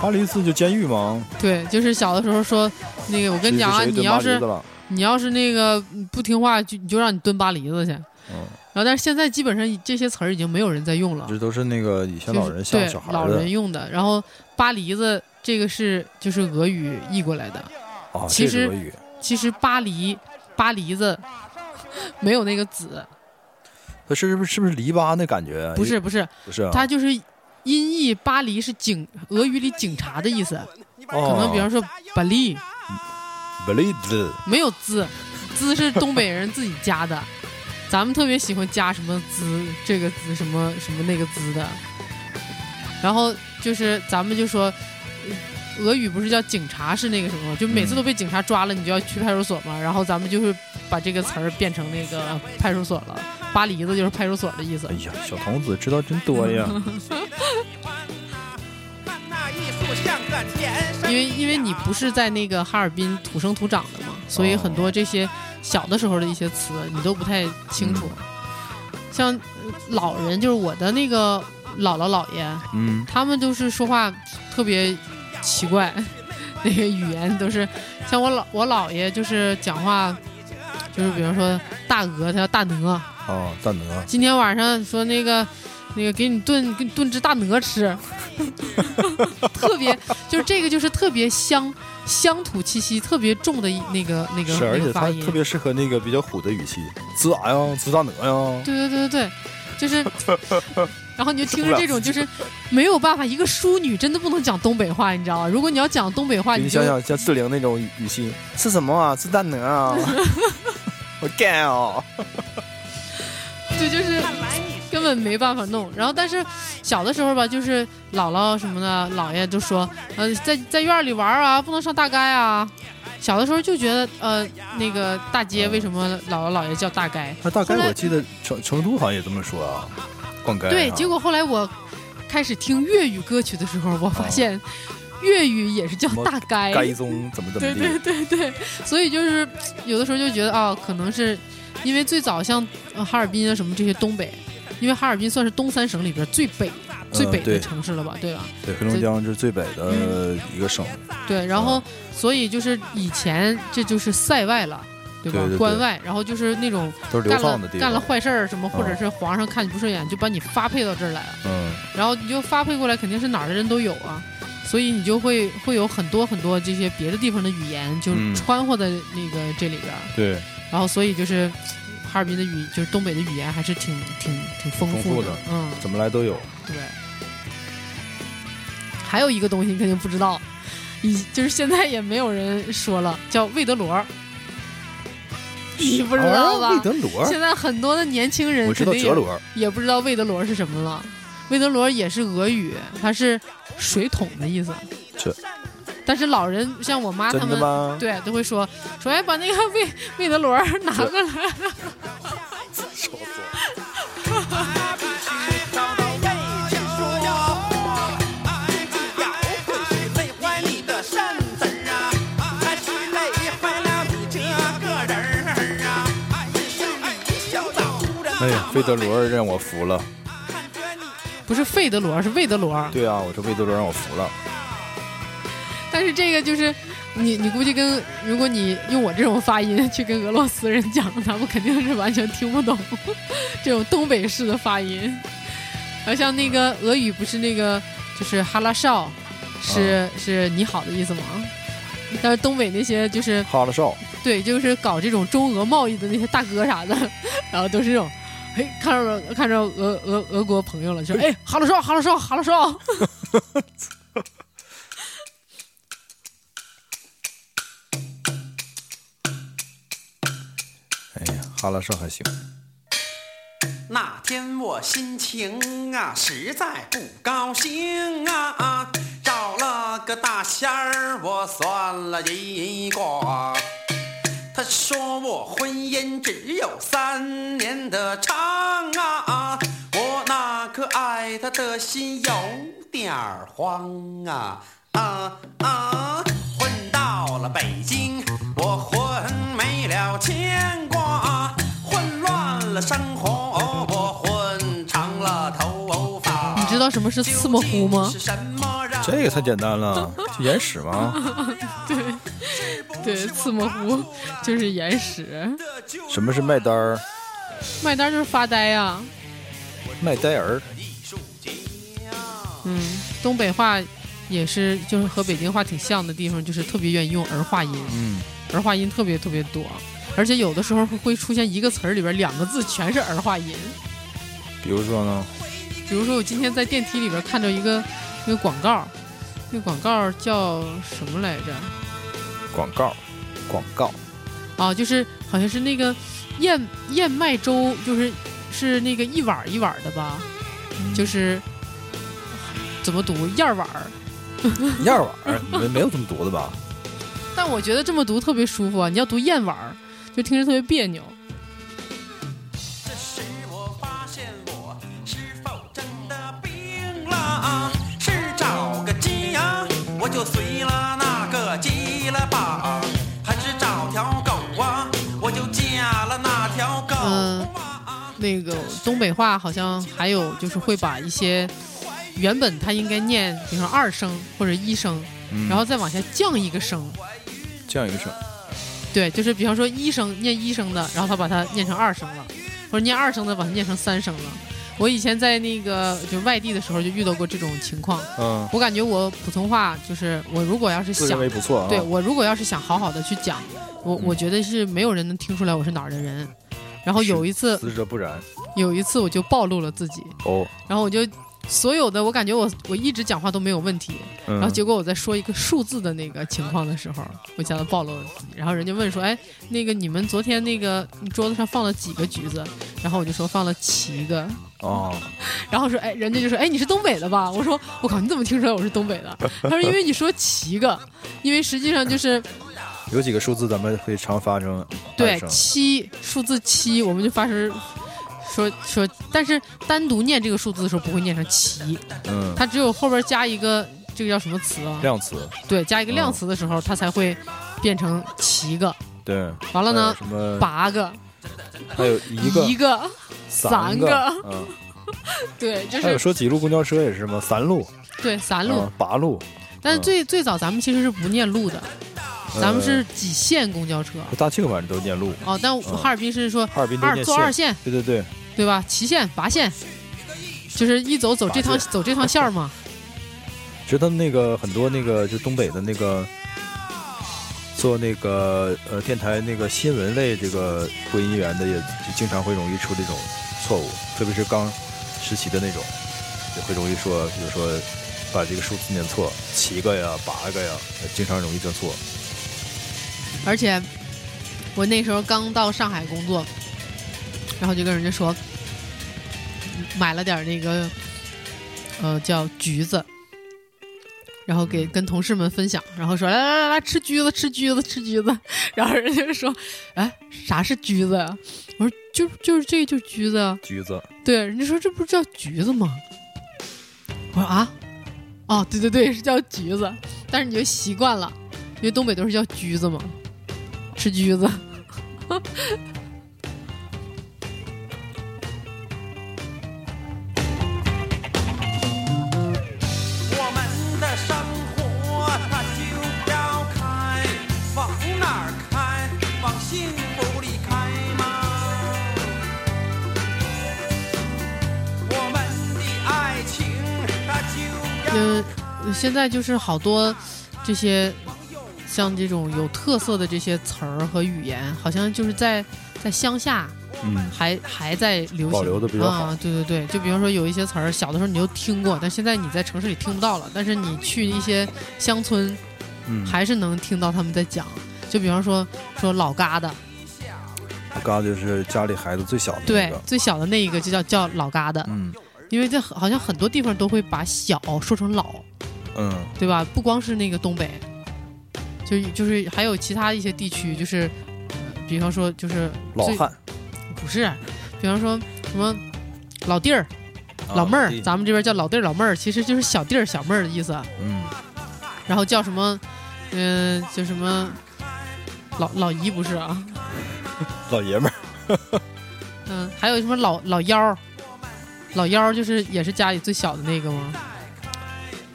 Speaker 4: 巴黎四就监狱吗？
Speaker 3: 对，就是小的时候说那个，我跟你讲啊，
Speaker 4: 谁
Speaker 3: 你
Speaker 4: 蹲
Speaker 3: 要
Speaker 4: 巴黎
Speaker 3: 是
Speaker 4: 子了，
Speaker 3: 你要是那个嗯不听话，就你就让你蹲巴黎子去。
Speaker 4: 嗯，
Speaker 3: 然后，但是现在基本上这些词儿已经没有人在用了，
Speaker 4: 这都是那个以前老人
Speaker 3: 就
Speaker 4: 像
Speaker 3: 是
Speaker 4: 小
Speaker 3: 对
Speaker 4: 孩
Speaker 3: 老
Speaker 4: 儿的
Speaker 3: 人用的。然后巴黎子这个是就是俄语译过来的，
Speaker 4: 啊，
Speaker 3: 其
Speaker 4: 这是
Speaker 3: 实
Speaker 4: 俄语。
Speaker 3: 其实巴黎巴黎子 没有那个子，
Speaker 4: 它是不是是不是篱笆那感觉？
Speaker 3: 不是不是，
Speaker 4: 不是啊，
Speaker 3: 它就是音译巴黎是警俄语里警察的意思，
Speaker 4: 可
Speaker 3: 可能比方说巴黎
Speaker 4: b l i z
Speaker 3: 没有滋，滋是东北人自己加的， 咱们特别喜欢加什么滋这个滋什么什么那个滋的，然后就是咱们就说。呃俄语不是叫警察是那个什么吗？就每次都被警察抓了，你就要去派出所嘛。然后咱们就会把这个词儿变成那个派出所了。巴黎子就是派出所的意思
Speaker 4: 哎。呀，小童子知道真 多呀！
Speaker 3: 因为因为你不是在那个哈尔滨土生土长的嘛，所以
Speaker 4: 哦
Speaker 3: 很多这些小的时候的一些词你都不太清楚。像呃老人，就是我的那个姥姥姥爷，
Speaker 4: 嗯，
Speaker 3: 他们就是说话特别奇怪，那个语言都是像我老我姥爷就是讲话，就是比方说大鹅，他叫大鹅，
Speaker 4: 啊，大鹅，
Speaker 3: 今天晚上说那个那个给你炖给你炖只大鹅吃， 特别就是这个就是特别乡乡土气息特别重的一那个那个
Speaker 4: 是，而
Speaker 3: 那
Speaker 4: 且
Speaker 3: 个
Speaker 4: 它
Speaker 3: 发音
Speaker 4: 特。别适合那个比较虎的语气，滋啥呀，滋大鹅呀，
Speaker 3: 对对对对对，就是， 然后你就听着这种就是没有办法，一个淑女真的不能讲东北话，你知道吗？如果你要讲东北话，
Speaker 4: 你
Speaker 3: 你就
Speaker 4: 想想像志玲那种语语气，吃什么啊？吃大鹅啊？ 我干啊！
Speaker 3: 对，就是根本没办法弄。然后，但是小的时候吧，就是姥姥什么的，姥爷就说，呃，在在院儿里玩儿啊，不能上大街啊。小的时候就觉得，呃，那个大街为什么姥姥姥爷叫大街？
Speaker 4: 那大概
Speaker 3: 后来
Speaker 4: 我记得成成都好像也这么说啊，逛街啊
Speaker 3: 对，结果后来我开始听粤语歌曲的时候，我发现粤语也是叫
Speaker 4: 什么
Speaker 3: 大街。
Speaker 4: 该宗怎么怎么
Speaker 3: 哎对对
Speaker 4: 地，
Speaker 3: 对对，所以就是有的时候就觉得啊、可能是因为最早像呃哈尔滨啊什么这些东北，因为哈尔滨算是东三省里边最北、最
Speaker 4: 嗯
Speaker 3: 北的
Speaker 4: 对
Speaker 3: 城市了吧，对吧？
Speaker 4: 对，黑龙江是最北的
Speaker 3: 嗯
Speaker 4: 一个省，
Speaker 3: 对，然后所以就是以前这就是塞外了。对吧？
Speaker 4: 对对对
Speaker 3: 关外，然后就是那种
Speaker 4: 都是流
Speaker 3: 干
Speaker 4: 放
Speaker 3: 了
Speaker 4: 的地
Speaker 3: 干了
Speaker 4: 方。
Speaker 3: 坏事儿什么，或者
Speaker 4: 嗯
Speaker 3: 是皇上看你不顺眼，就把你发配到这儿来了。
Speaker 4: 嗯，
Speaker 3: 然后你就发配过来，肯定是哪儿的人都有啊，所以你就会会有很多很多这些别的地方的语言，就
Speaker 4: 嗯
Speaker 3: 穿和在那个这里边儿。
Speaker 4: 对，
Speaker 3: 然后所以就是哈尔滨的语，就是东北的语言还是挺挺挺丰
Speaker 4: 丰
Speaker 3: 富
Speaker 4: 富的
Speaker 3: 嗯，
Speaker 4: 怎么来都有。
Speaker 3: 对。还有一个东西你肯定不知道，以就是现在也没有人说了，叫魏德罗儿，你不知道吧
Speaker 4: 啊魏德罗，
Speaker 3: 现在很多的年轻人
Speaker 4: 我知道
Speaker 3: 肯定
Speaker 4: 哲
Speaker 3: 也
Speaker 4: 罗，
Speaker 3: 也不知道魏德罗是什么了。魏德罗也是俄语，它是水桶的意思。
Speaker 4: 这
Speaker 3: 但是老人像我妈啊他
Speaker 4: 真的
Speaker 3: 们
Speaker 4: 吗？
Speaker 3: 对，都会说说哎，把那个魏魏德罗儿 拿过来。
Speaker 4: 哎呀，费德罗让我服了。
Speaker 3: 不是费德罗，是魏德罗。
Speaker 4: 对啊，我这费德罗让我服了。
Speaker 3: 但是这个就是你，你估计跟如果你用我这种发音 去跟俄罗斯人讲，他们肯定是完全听不懂 这种东北式的发音。而像那个俄语不是那个就是哈拉少，是、是你好的意思吗？但是东北那些就是
Speaker 4: 哈拉少，
Speaker 3: 对，就是搞这种中俄贸易的那些大哥啥的， 然后都是这种，嘿，看着看着俄俄俄国朋友了，就说哎，哈喽少，哈喽少，哈喽少。
Speaker 4: 哎呀，哈拉少还行。
Speaker 2: 那天我心情啊，实在不高兴啊，找了个大仙儿，我算了一卦。他说我婚姻只有三年的长啊，我那颗爱他的心有点儿慌啊啊啊！混到了北京，我混没了牵挂，混乱了生活，我
Speaker 3: 道什么是刺模糊吗？
Speaker 4: 这个太简单了，就眼屎嘛。
Speaker 3: 对，刺模 糊就是眼屎，
Speaker 4: 什么是麦单儿？
Speaker 3: 麦单就是发呆呀、啊
Speaker 4: 麦呆儿，
Speaker 3: 嗯，东北话也是，就是和北京话挺像的地方，就是特别愿意用儿化音，
Speaker 4: 嗯，
Speaker 3: 儿化音特别特别多，而且有的时候会出现一个词儿里边两个字全是儿化音。
Speaker 4: 比如说呢，
Speaker 3: 比如说，我今天在电梯里边看到一个那个广告，那个广告叫什么来着？
Speaker 4: 广告，广告，
Speaker 3: 啊，就是好像是那个燕燕麦粥，就是是那个一碗儿一碗儿的吧，就是怎么读燕碗儿，
Speaker 4: 燕碗儿，你们没有这么读的吧？
Speaker 3: 但我觉得这么读特别舒服啊，你要读燕碗儿，就听着特别别扭。
Speaker 2: 这时我发现我是否真的病了啊？是找个鸡啊，我就随了那个鸡了吧？还是找条狗啊，我就嫁了那条狗
Speaker 3: 嗯
Speaker 2: 啊？
Speaker 3: 那个东北话好像还有就是会把一些原本它应该念，比如说二声或者一声，
Speaker 4: 嗯
Speaker 3: 然后再往下降一个声。
Speaker 4: 这样一个事儿，
Speaker 3: 对，就是比方说一声念一声的，然后他把它念成二声了，或者念二声的把它念成三声了。我以前在那个就外地的时候就遇到过这种情况，
Speaker 4: 嗯，
Speaker 3: 我感觉我普通话就是我如果要是
Speaker 4: 自认
Speaker 3: 想
Speaker 4: 为不错啊。嗯
Speaker 3: 对我如果要是想好好的去讲，我我觉得是没有人能听出来我是哪儿的人。然后有一次，
Speaker 4: 死者不然。
Speaker 3: 有一次我就暴露了自己，
Speaker 4: 哦，
Speaker 3: 然后我就所有的我感觉我我一直讲话都没有问题，
Speaker 4: 嗯
Speaker 3: 然后结果我在说一个数字的那个情况的时候，我讲的暴露了自己，然后人家问说，哎，那个你们昨天那个桌子上放了几个橘子？然后我就说放了七个，
Speaker 4: 哦，
Speaker 3: 然后说，哎，人家就说，哎，你是东北的吧？我说，我靠，你怎么听出来我是东北的？他说，因为你说七个，因为实际上就是
Speaker 4: 有几个数字咱们会常发生，
Speaker 3: 对
Speaker 4: 发生
Speaker 3: 七数字七，我们就发生说说，但是单独念这个数字的时候不会念成七，
Speaker 4: 嗯，
Speaker 3: 它只有后边加一个这个叫什么词啊？
Speaker 4: 量词，
Speaker 3: 对，加一个量
Speaker 4: 嗯
Speaker 3: 词的时候，它才会变成七个。
Speaker 4: 对。
Speaker 3: 完了
Speaker 4: 还
Speaker 3: 呢
Speaker 4: 有，什么？
Speaker 3: 八个，
Speaker 4: 还有哎一个，
Speaker 3: 个，
Speaker 4: 三
Speaker 3: 三
Speaker 4: 嗯，
Speaker 3: 对，就
Speaker 4: 还有
Speaker 3: 是
Speaker 4: 说几路公交车也是吗？三路，
Speaker 3: 对三路
Speaker 4: 啊。八路，
Speaker 3: 但是
Speaker 4: 嗯
Speaker 3: 最最早咱们其实是不念路的，咱们
Speaker 4: 呃
Speaker 3: 是几线公交车。
Speaker 4: 大庆反正都念路，
Speaker 3: 哦，但我
Speaker 4: 嗯
Speaker 3: 哈尔滨是说
Speaker 4: 哈尔滨都
Speaker 3: 二
Speaker 4: 念
Speaker 3: 坐二
Speaker 4: 线，
Speaker 3: 线，
Speaker 4: 对对对，
Speaker 3: 对吧？七线、八线，就是一走走这趟
Speaker 4: 八线
Speaker 3: 走这趟线儿嘛。
Speaker 4: 其实他们那个很多那个就东北的那个做那个呃电台那个新闻类这个播音员的也就经常会容易出这种错误，特别是刚实习的那种，也会容易说，比如说把这个数字念错，七个呀、八个呀，经常容易念错。
Speaker 3: 而且我那时候刚到上海工作，然后就跟人家说买了点儿那个呃叫橘子，然后给跟同事们分享，然后说来来来来吃橘子吃橘子吃橘子， 然后人家就说哎啥是橘子呀、我说就就是这个就是橘子啊，
Speaker 4: 橘子，
Speaker 3: 对，人家说这不是叫橘子吗？我说啊，哦，对对对，是叫橘子，但是你就习惯了，因为东北都是叫橘子嘛，吃橘子。
Speaker 2: 我们的生活它就要开，往哪儿开？往幸福里开吗？我们的爱情它就要
Speaker 3: 嗯，现在就是好多这些像这种有特色的这些词儿和语言，好像就是在在乡下
Speaker 4: 嗯，
Speaker 3: 还还在流行，
Speaker 4: 保留得比较好
Speaker 3: 啊。对对对，就比如说有一些词儿，小的时候你就听过，但现在你在城市里听不到了，但是你去一些乡村，
Speaker 4: 嗯
Speaker 3: 还是能听到他们在讲。就比方说说老疙瘩，
Speaker 4: 我刚刚就是家里孩子最小的那
Speaker 3: 对
Speaker 4: 个，，
Speaker 3: 最小的那一个就叫叫老疙瘩，
Speaker 4: 嗯
Speaker 3: 因为这很好像很多地方都会把小说成老，
Speaker 4: 嗯，
Speaker 3: 对吧？不光是那个东北，就就是还有其他一些地区，就是、呃比方说就是
Speaker 4: 老
Speaker 3: 最
Speaker 4: 汉，
Speaker 3: 不是，啊比方说什么老弟儿、老妹儿，
Speaker 4: 啊弟
Speaker 3: 咱们这边叫老弟儿、老妹儿，其实就是小弟儿、小妹儿的意思。啊
Speaker 4: 嗯，
Speaker 3: 然后叫什么，嗯、叫什么老老姨不是啊？
Speaker 4: 老爷们儿，
Speaker 3: 嗯，还有什么老老幺儿，老幺就是也是家里最小的那个吗？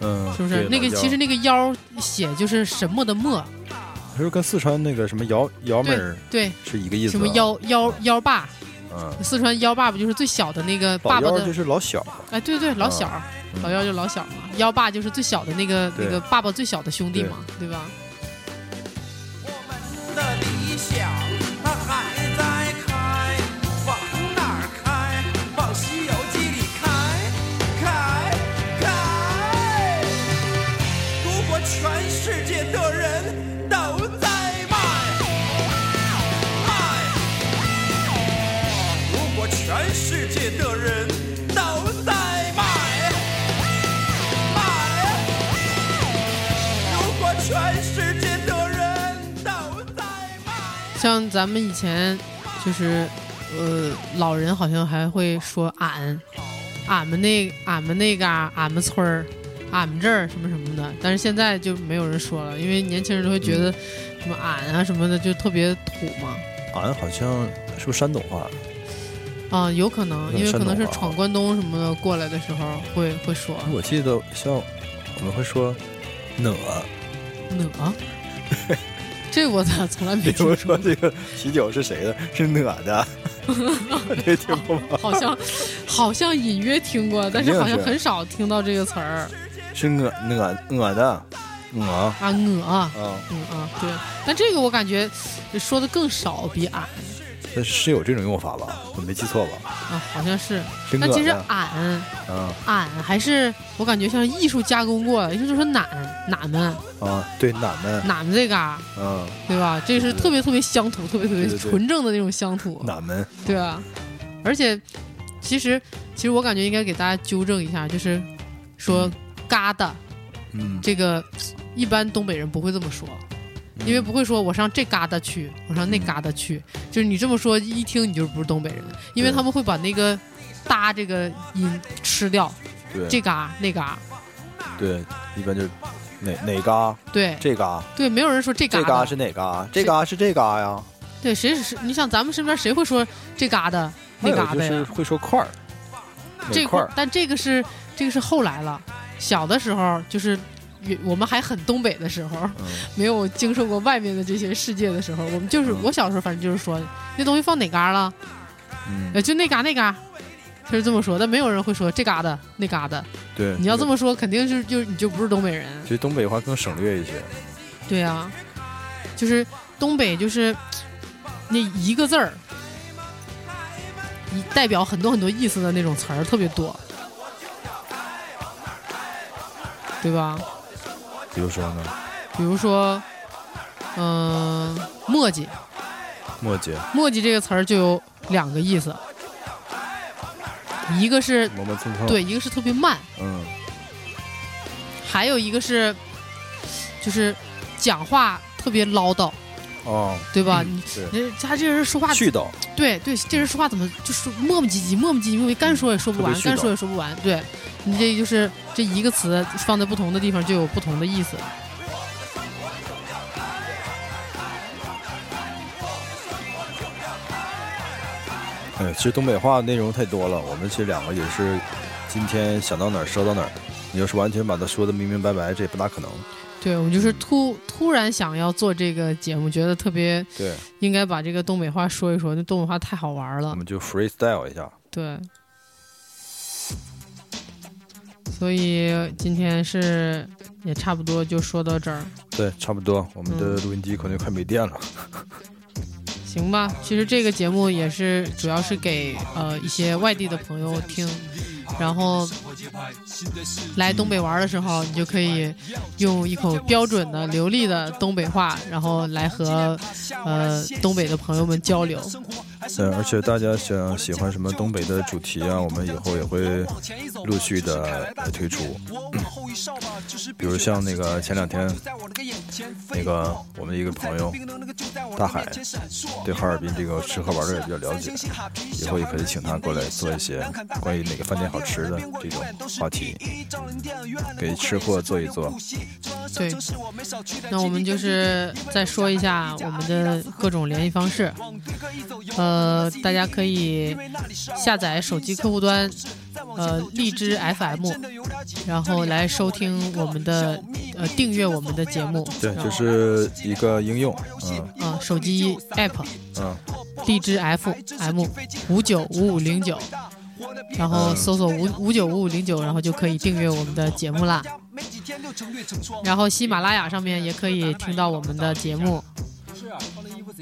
Speaker 4: 嗯，
Speaker 3: 是不是？
Speaker 4: 对
Speaker 3: 那个
Speaker 4: 老
Speaker 3: 其实
Speaker 4: 姚
Speaker 3: 那个幺写就是什么的墨，
Speaker 4: 它是跟四川那个什么姚姚妹儿
Speaker 3: 对，
Speaker 4: 是一个意思、啊，
Speaker 3: 什么幺幺幺爸，
Speaker 4: 嗯，
Speaker 3: 四川幺爸不就是最小的那个爸
Speaker 4: 老
Speaker 3: 爸
Speaker 4: 幺
Speaker 3: 的
Speaker 4: 就？是老小，
Speaker 3: 哎，对对，老小儿，
Speaker 4: 嗯
Speaker 3: 老幺就老小嘛，幺爸就是最小的那个那
Speaker 4: 对
Speaker 3: 个爸爸最小的兄弟嘛，对吧？
Speaker 2: 的理想，它还在开，往哪儿开？往《西游记》里开，开，开！如果全世界的人都在卖，卖！如果全世界的人都在卖，卖！如果全世界的人都在卖，
Speaker 3: 像咱们以前就是，呃，老人好像还会说俺，俺们那俺们那嘎、俺们村儿，俺们这儿什么什么的，但是现在就没有人说了，因为年轻人都会觉
Speaker 4: 嗯
Speaker 3: 得什么俺啊什么的就特别土嘛。
Speaker 4: 俺好像是不是山东话？
Speaker 3: 啊，有可能，
Speaker 4: 嗯
Speaker 3: 因为可
Speaker 4: 山
Speaker 3: 能
Speaker 4: 东
Speaker 3: 是
Speaker 4: 话
Speaker 3: 闯关东什么的过来的时候会会说
Speaker 4: 哎我记得像我们会说哪，
Speaker 3: 哪，嗯啊这我咋从来没
Speaker 4: 比
Speaker 3: 听
Speaker 4: 如
Speaker 3: 说过？
Speaker 4: 说这个啤酒是谁的？是哪 的？这听过吗？
Speaker 3: 好像好像隐约听过，但
Speaker 4: 肯
Speaker 3: 是
Speaker 4: 定
Speaker 3: 好像
Speaker 4: 是
Speaker 3: 很少听到这个词儿
Speaker 4: 是哪哪哪的？哪
Speaker 3: 啊，我。
Speaker 4: 啊，
Speaker 3: 嗯啊，对，但这个我感觉说的更少，比俺
Speaker 4: 那是有这种用法吧？我没记错吧？
Speaker 3: 啊，好像是。
Speaker 4: 是
Speaker 3: 但
Speaker 4: 哪
Speaker 3: 其实
Speaker 4: 的？
Speaker 3: 俺
Speaker 4: 啊
Speaker 3: 俺还是我感觉像是艺术加工过的，也就是说俺俺们
Speaker 4: 啊，对，俺们，
Speaker 3: 俺们这嘎、
Speaker 4: 嗯，
Speaker 3: 对吧？这是特别特别乡土，特别特别
Speaker 4: 对对对
Speaker 3: 纯正的那种乡土，
Speaker 4: 俺们，
Speaker 3: 对啊。而且，其实其实我感觉应该给大家纠正一下，就是说嘎达
Speaker 4: 嗯，
Speaker 3: 这个，一般东北人不会这么说。因为不会说我上这旮瘩去，我上那旮瘩去，就是你这么说一听你就不是东北人，因为
Speaker 4: 对
Speaker 3: 他们会把那个“搭”这个音吃掉，
Speaker 4: 对
Speaker 3: 这嘎那嘎，
Speaker 4: 对，一般就是哪哪嘎
Speaker 3: 对
Speaker 4: 这嘎
Speaker 3: 对，没有人说这嘎
Speaker 4: 这嘎
Speaker 3: 的，
Speaker 4: 是哪嘎？这嘎是这嘎呀？
Speaker 3: 对谁是你想咱们身边谁会说这嘎的那嘎
Speaker 4: 还
Speaker 3: 的
Speaker 4: 有哎就是
Speaker 3: 呀？
Speaker 4: 会说块儿，哪
Speaker 3: 这
Speaker 4: 块
Speaker 3: 块
Speaker 4: 儿
Speaker 3: 儿，？但这个是这个是后来了，小的时候就是。我们还很东北的时候，
Speaker 4: 嗯
Speaker 3: 没有经受过外面的这些世界的时候，我们就是、
Speaker 4: 嗯
Speaker 3: 我小时候，反正就是说那东西放哪嘎了，
Speaker 4: 嗯，
Speaker 3: 呃，就那嘎那嘎，他是这么说，但没有人会说这嘎的那嘎的。
Speaker 4: 对，
Speaker 3: 你要这么说，肯定是就你就不是东北人。
Speaker 4: 其实东北话更省略一些。
Speaker 3: 对啊，就是东北就是那一个字儿，一代表很多很多意思的那种词儿特别多，对吧？
Speaker 4: 比如说呢，
Speaker 3: 比如说，嗯、墨迹，
Speaker 4: 墨迹、
Speaker 3: 墨迹这个词儿就有两个意思，一个是
Speaker 4: 磨磨蹭蹭，，
Speaker 3: 呃对，一个是特别慢。
Speaker 4: 嗯，
Speaker 3: 还有一个是，就是讲话特别唠叨，
Speaker 4: 哦，
Speaker 3: 对吧？你
Speaker 4: 对
Speaker 3: 你他这人说话，
Speaker 4: 絮叨，
Speaker 3: 对对，这人说话怎么就是磨磨唧唧、磨磨唧唧，因为干说也说不完
Speaker 4: 特，别絮叨
Speaker 3: 干说也说不完。对你这就是这一个词放在不同的地方就有不同的意思。
Speaker 4: 嗯，其实东北话内容太多了，我们其实两个也是今天想到哪儿说到哪儿。你要是完全把它说的明明白白，这也不大可能。
Speaker 3: 对我们
Speaker 4: 嗯
Speaker 3: 就是突突然想要做这个节目，觉得特别
Speaker 4: 对，
Speaker 3: 应该把这个东北话说一说，那东北话太好玩了
Speaker 4: 我。们就 freestyle 一下。
Speaker 3: 对。所以今天是也差不多就说到这儿，
Speaker 4: 对，差不多，我们
Speaker 3: 嗯
Speaker 4: 的录音机可能快没电了。
Speaker 3: 行吧？其实这个节目也是主要是给呃一些外地的朋友听，然后来东北玩的时候，你就可以用一口标准的流利的东北话，然后来和呃东北的朋友们交流。
Speaker 4: 嗯，而且大家想喜欢什么东北的主题啊，我们以后也会陆续的推出。 比如像那个前两天，那个我们一个朋友大海，对哈尔滨这个吃喝玩乐也比较了解，以后也可以请他过来做一些关于哪个饭店好吃的这种话题，给吃货做一做。
Speaker 3: 对，那我们就是再说一下我们的各种呃联系方式。呃，大家可以下载手机客户端呃荔枝 FM，然后来收听我们的呃订阅我们的节目，
Speaker 4: 对，
Speaker 3: 然
Speaker 4: 就
Speaker 3: 后
Speaker 4: 是一个应用，嗯
Speaker 3: 啊、手机 app
Speaker 4: 嗯，
Speaker 3: 荔枝 FM 五九五五零九，然后搜索五五九五五零九，然后就可以订阅我们的节目啦。然后喜马拉雅上面也可以听到我们的节目，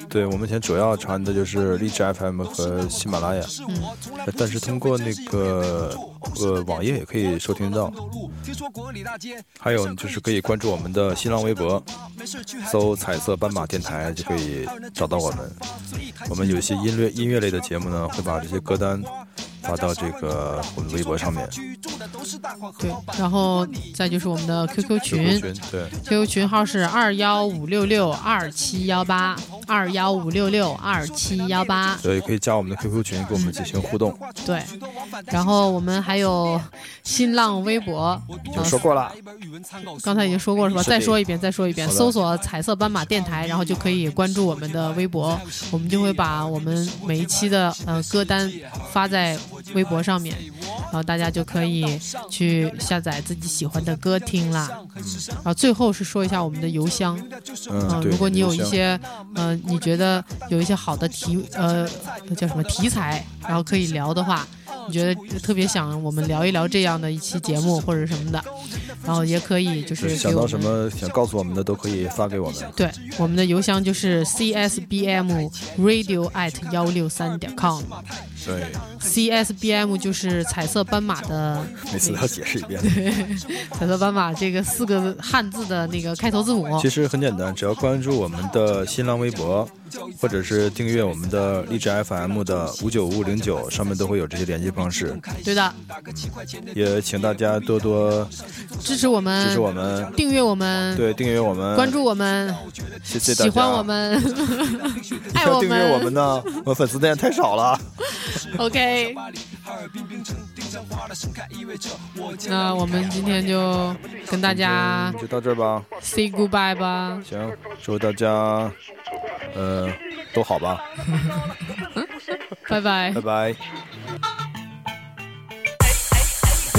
Speaker 4: 对，我们以前主要传的就是荔枝 FM 和喜马拉雅，但是通过那个呃网页也可以收听到，还有就是可以关注我们的新浪微博，搜“彩色斑马电台”就可以找到我们。我们有一些音乐音乐类的节目呢，会把这些歌单发到这个我们微博上面。
Speaker 3: 对，然后再就是我们的 QQ
Speaker 4: 群
Speaker 3: 群
Speaker 4: 对，
Speaker 3: ，QQ 群号是二幺五六六二七幺八二幺五六六二七幺八，
Speaker 4: 所以可以加我们的 QQ 群，跟我们进行互动。
Speaker 3: 对，然后我们还有新浪微博，
Speaker 4: 已经
Speaker 3: 呃
Speaker 4: 说过了，
Speaker 3: 刚才已经说过是吧？
Speaker 4: 是的
Speaker 3: 再说一遍，再说一遍，
Speaker 4: 好的
Speaker 3: 搜索“彩色斑马电台”，然后就可以关注我们的微博，我们就会把我们每一期的呃歌单发在微博上面，然后大家就可以去下载自己喜欢的歌听啦。然后啊最后是说一下我们的邮箱，啊
Speaker 4: 嗯，对。
Speaker 3: 如果你有
Speaker 4: 邮
Speaker 3: 一
Speaker 4: 箱
Speaker 3: 些呃，你觉得有一些好的题呃叫什么题材，然后可以聊的话，你觉得特别想我们聊一聊这样的一期节目或者什么的，然后也可以就是
Speaker 4: 就是
Speaker 3: 给
Speaker 4: 想
Speaker 3: 我
Speaker 4: 到
Speaker 3: 们
Speaker 4: 什么想告诉我们的，都可以发给我们。
Speaker 3: 对，我们的邮箱就是 csbm radio at 幺六三点 com。
Speaker 4: 对，
Speaker 3: csbm 就是彩色斑马的
Speaker 4: 每次都要解释一遍。
Speaker 3: 彩色斑马这个四个汉字的那个开头字母
Speaker 4: 其。实很简单，只要关注我们的新浪微博，或者是订阅我们的荔枝 FM 的五九五零九，上面都会有这些联系方式。
Speaker 3: 对的，
Speaker 4: 也请大家多多
Speaker 3: 支持我们，
Speaker 4: 支持我们，
Speaker 3: 订阅我们，
Speaker 4: 对，订阅我们，
Speaker 3: 嗯关，注我们，
Speaker 4: 谢谢大家。
Speaker 3: 喜欢我，们， 爱
Speaker 4: 要
Speaker 3: 哎我
Speaker 4: 订阅我们呢，我粉丝量太少了。
Speaker 3: OK，那我们今天就跟大家
Speaker 4: 嗯就到这儿吧，
Speaker 3: say goodbye 吧。
Speaker 4: 行，祝大家，呃，都好吧，
Speaker 3: 拜拜
Speaker 4: 拜。拜。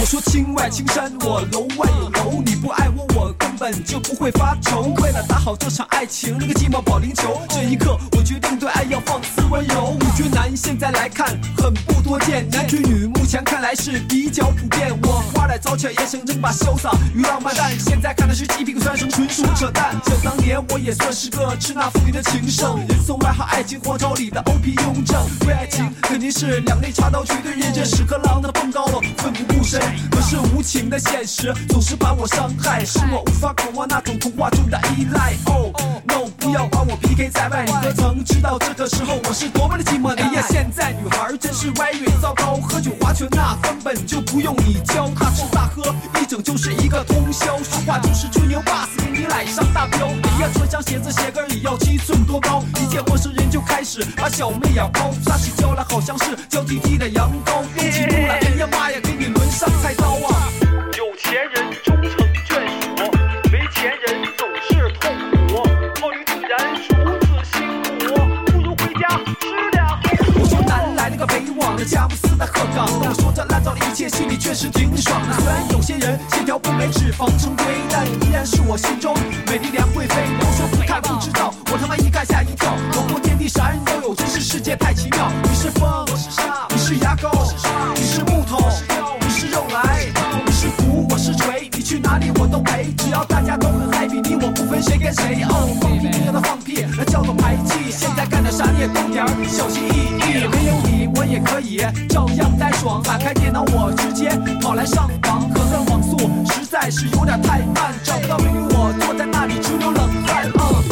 Speaker 9: 我说青外青山，我楼外有楼，你不爱我，我根本就不会发愁。为了打好这场爱情，那个鸡毛保龄球，这一刻我决定对爱要放肆温柔。五绝男现在来看很不多见，男追女目前看来是比较普遍。我花了早起，也想争把潇洒与浪漫，但现在看的是鸡屁股酸声，纯属扯淡。想当年我也算是个吃那妇女的情圣，人送外号爱情皇朝里的 OP 雍正。为爱情肯定是两肋插刀，绝对认真，屎壳郎的蹦高了，奋不顾身。可是无情的现实总是把我伤害，使我无法渴望那种童话中的依赖。Oh no，不要把我 PK 在外，你可曾知道这个时候我是多么的寂寞？哎呀，现在女孩真是歪运，糟糕，喝酒划拳那根本就不用你教，大吃大喝一整就是一个通宵，说话就是吹牛 boss 给你来上大标。哎呀，穿上鞋子鞋跟儿也要七寸多高，一见陌生人就开始把小妹咬包，撒起娇来好像是娇滴滴的羊羔，动起怒来，哎呀妈呀，给你抡上菜刀啊！
Speaker 6: 有钱人终成眷属，没钱人总是痛苦。泡妞竟然如此辛苦，不如回家吃点好
Speaker 9: 我说南来了个北往的，佳木斯的鹤岗。我说这烂糟的一切，心里确实挺爽的。虽然有些人线条不美，脂肪成堆，但依然是我心中美丽梁贵妃。都说不看不知道，我他妈一看吓一跳。龙国天地啥人都有，真是世界太奇妙。你是风，我是沙；你是牙膏，我是刷；你是木头，我是腰；你是肉来，你是鼓，我是锤。你去哪里我都陪，只要大家都很 happy，你我不分谁跟谁。哦，放屁你让他放屁，那叫做排气。现在干点啥你也懂点儿，小心翼翼。没有你我也可以照样呆爽，打开电脑我直接跑来上网，可算网速实在是有点太慢，找不到美女我坐在那里直流冷汗。啊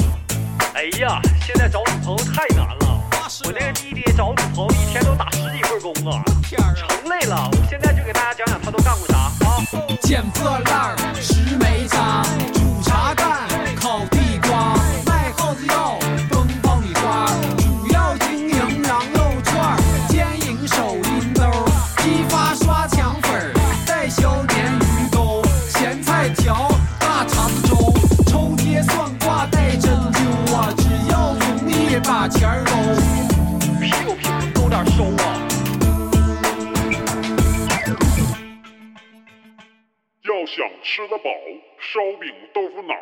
Speaker 6: 哎呀，现在找女朋友太难了。我那个弟弟找女朋友一天都打十几份工啊，成累了。我现在就给大家讲讲他都干过啥啊。
Speaker 9: 捡破烂儿、拾煤渣、煮茶蛋、烤地瓜、卖耗子药、崩爆米花，主要经营羊肉串儿、兼营手拎兜儿、批发刷墙粉儿、代销鲶鱼钩、咸菜条、大肠粥、抽贴算卦带针灸啊，只要容易把钱儿搂。
Speaker 6: 屁股屁股有点收啊。
Speaker 10: 想吃得饱，烧饼豆腐脑。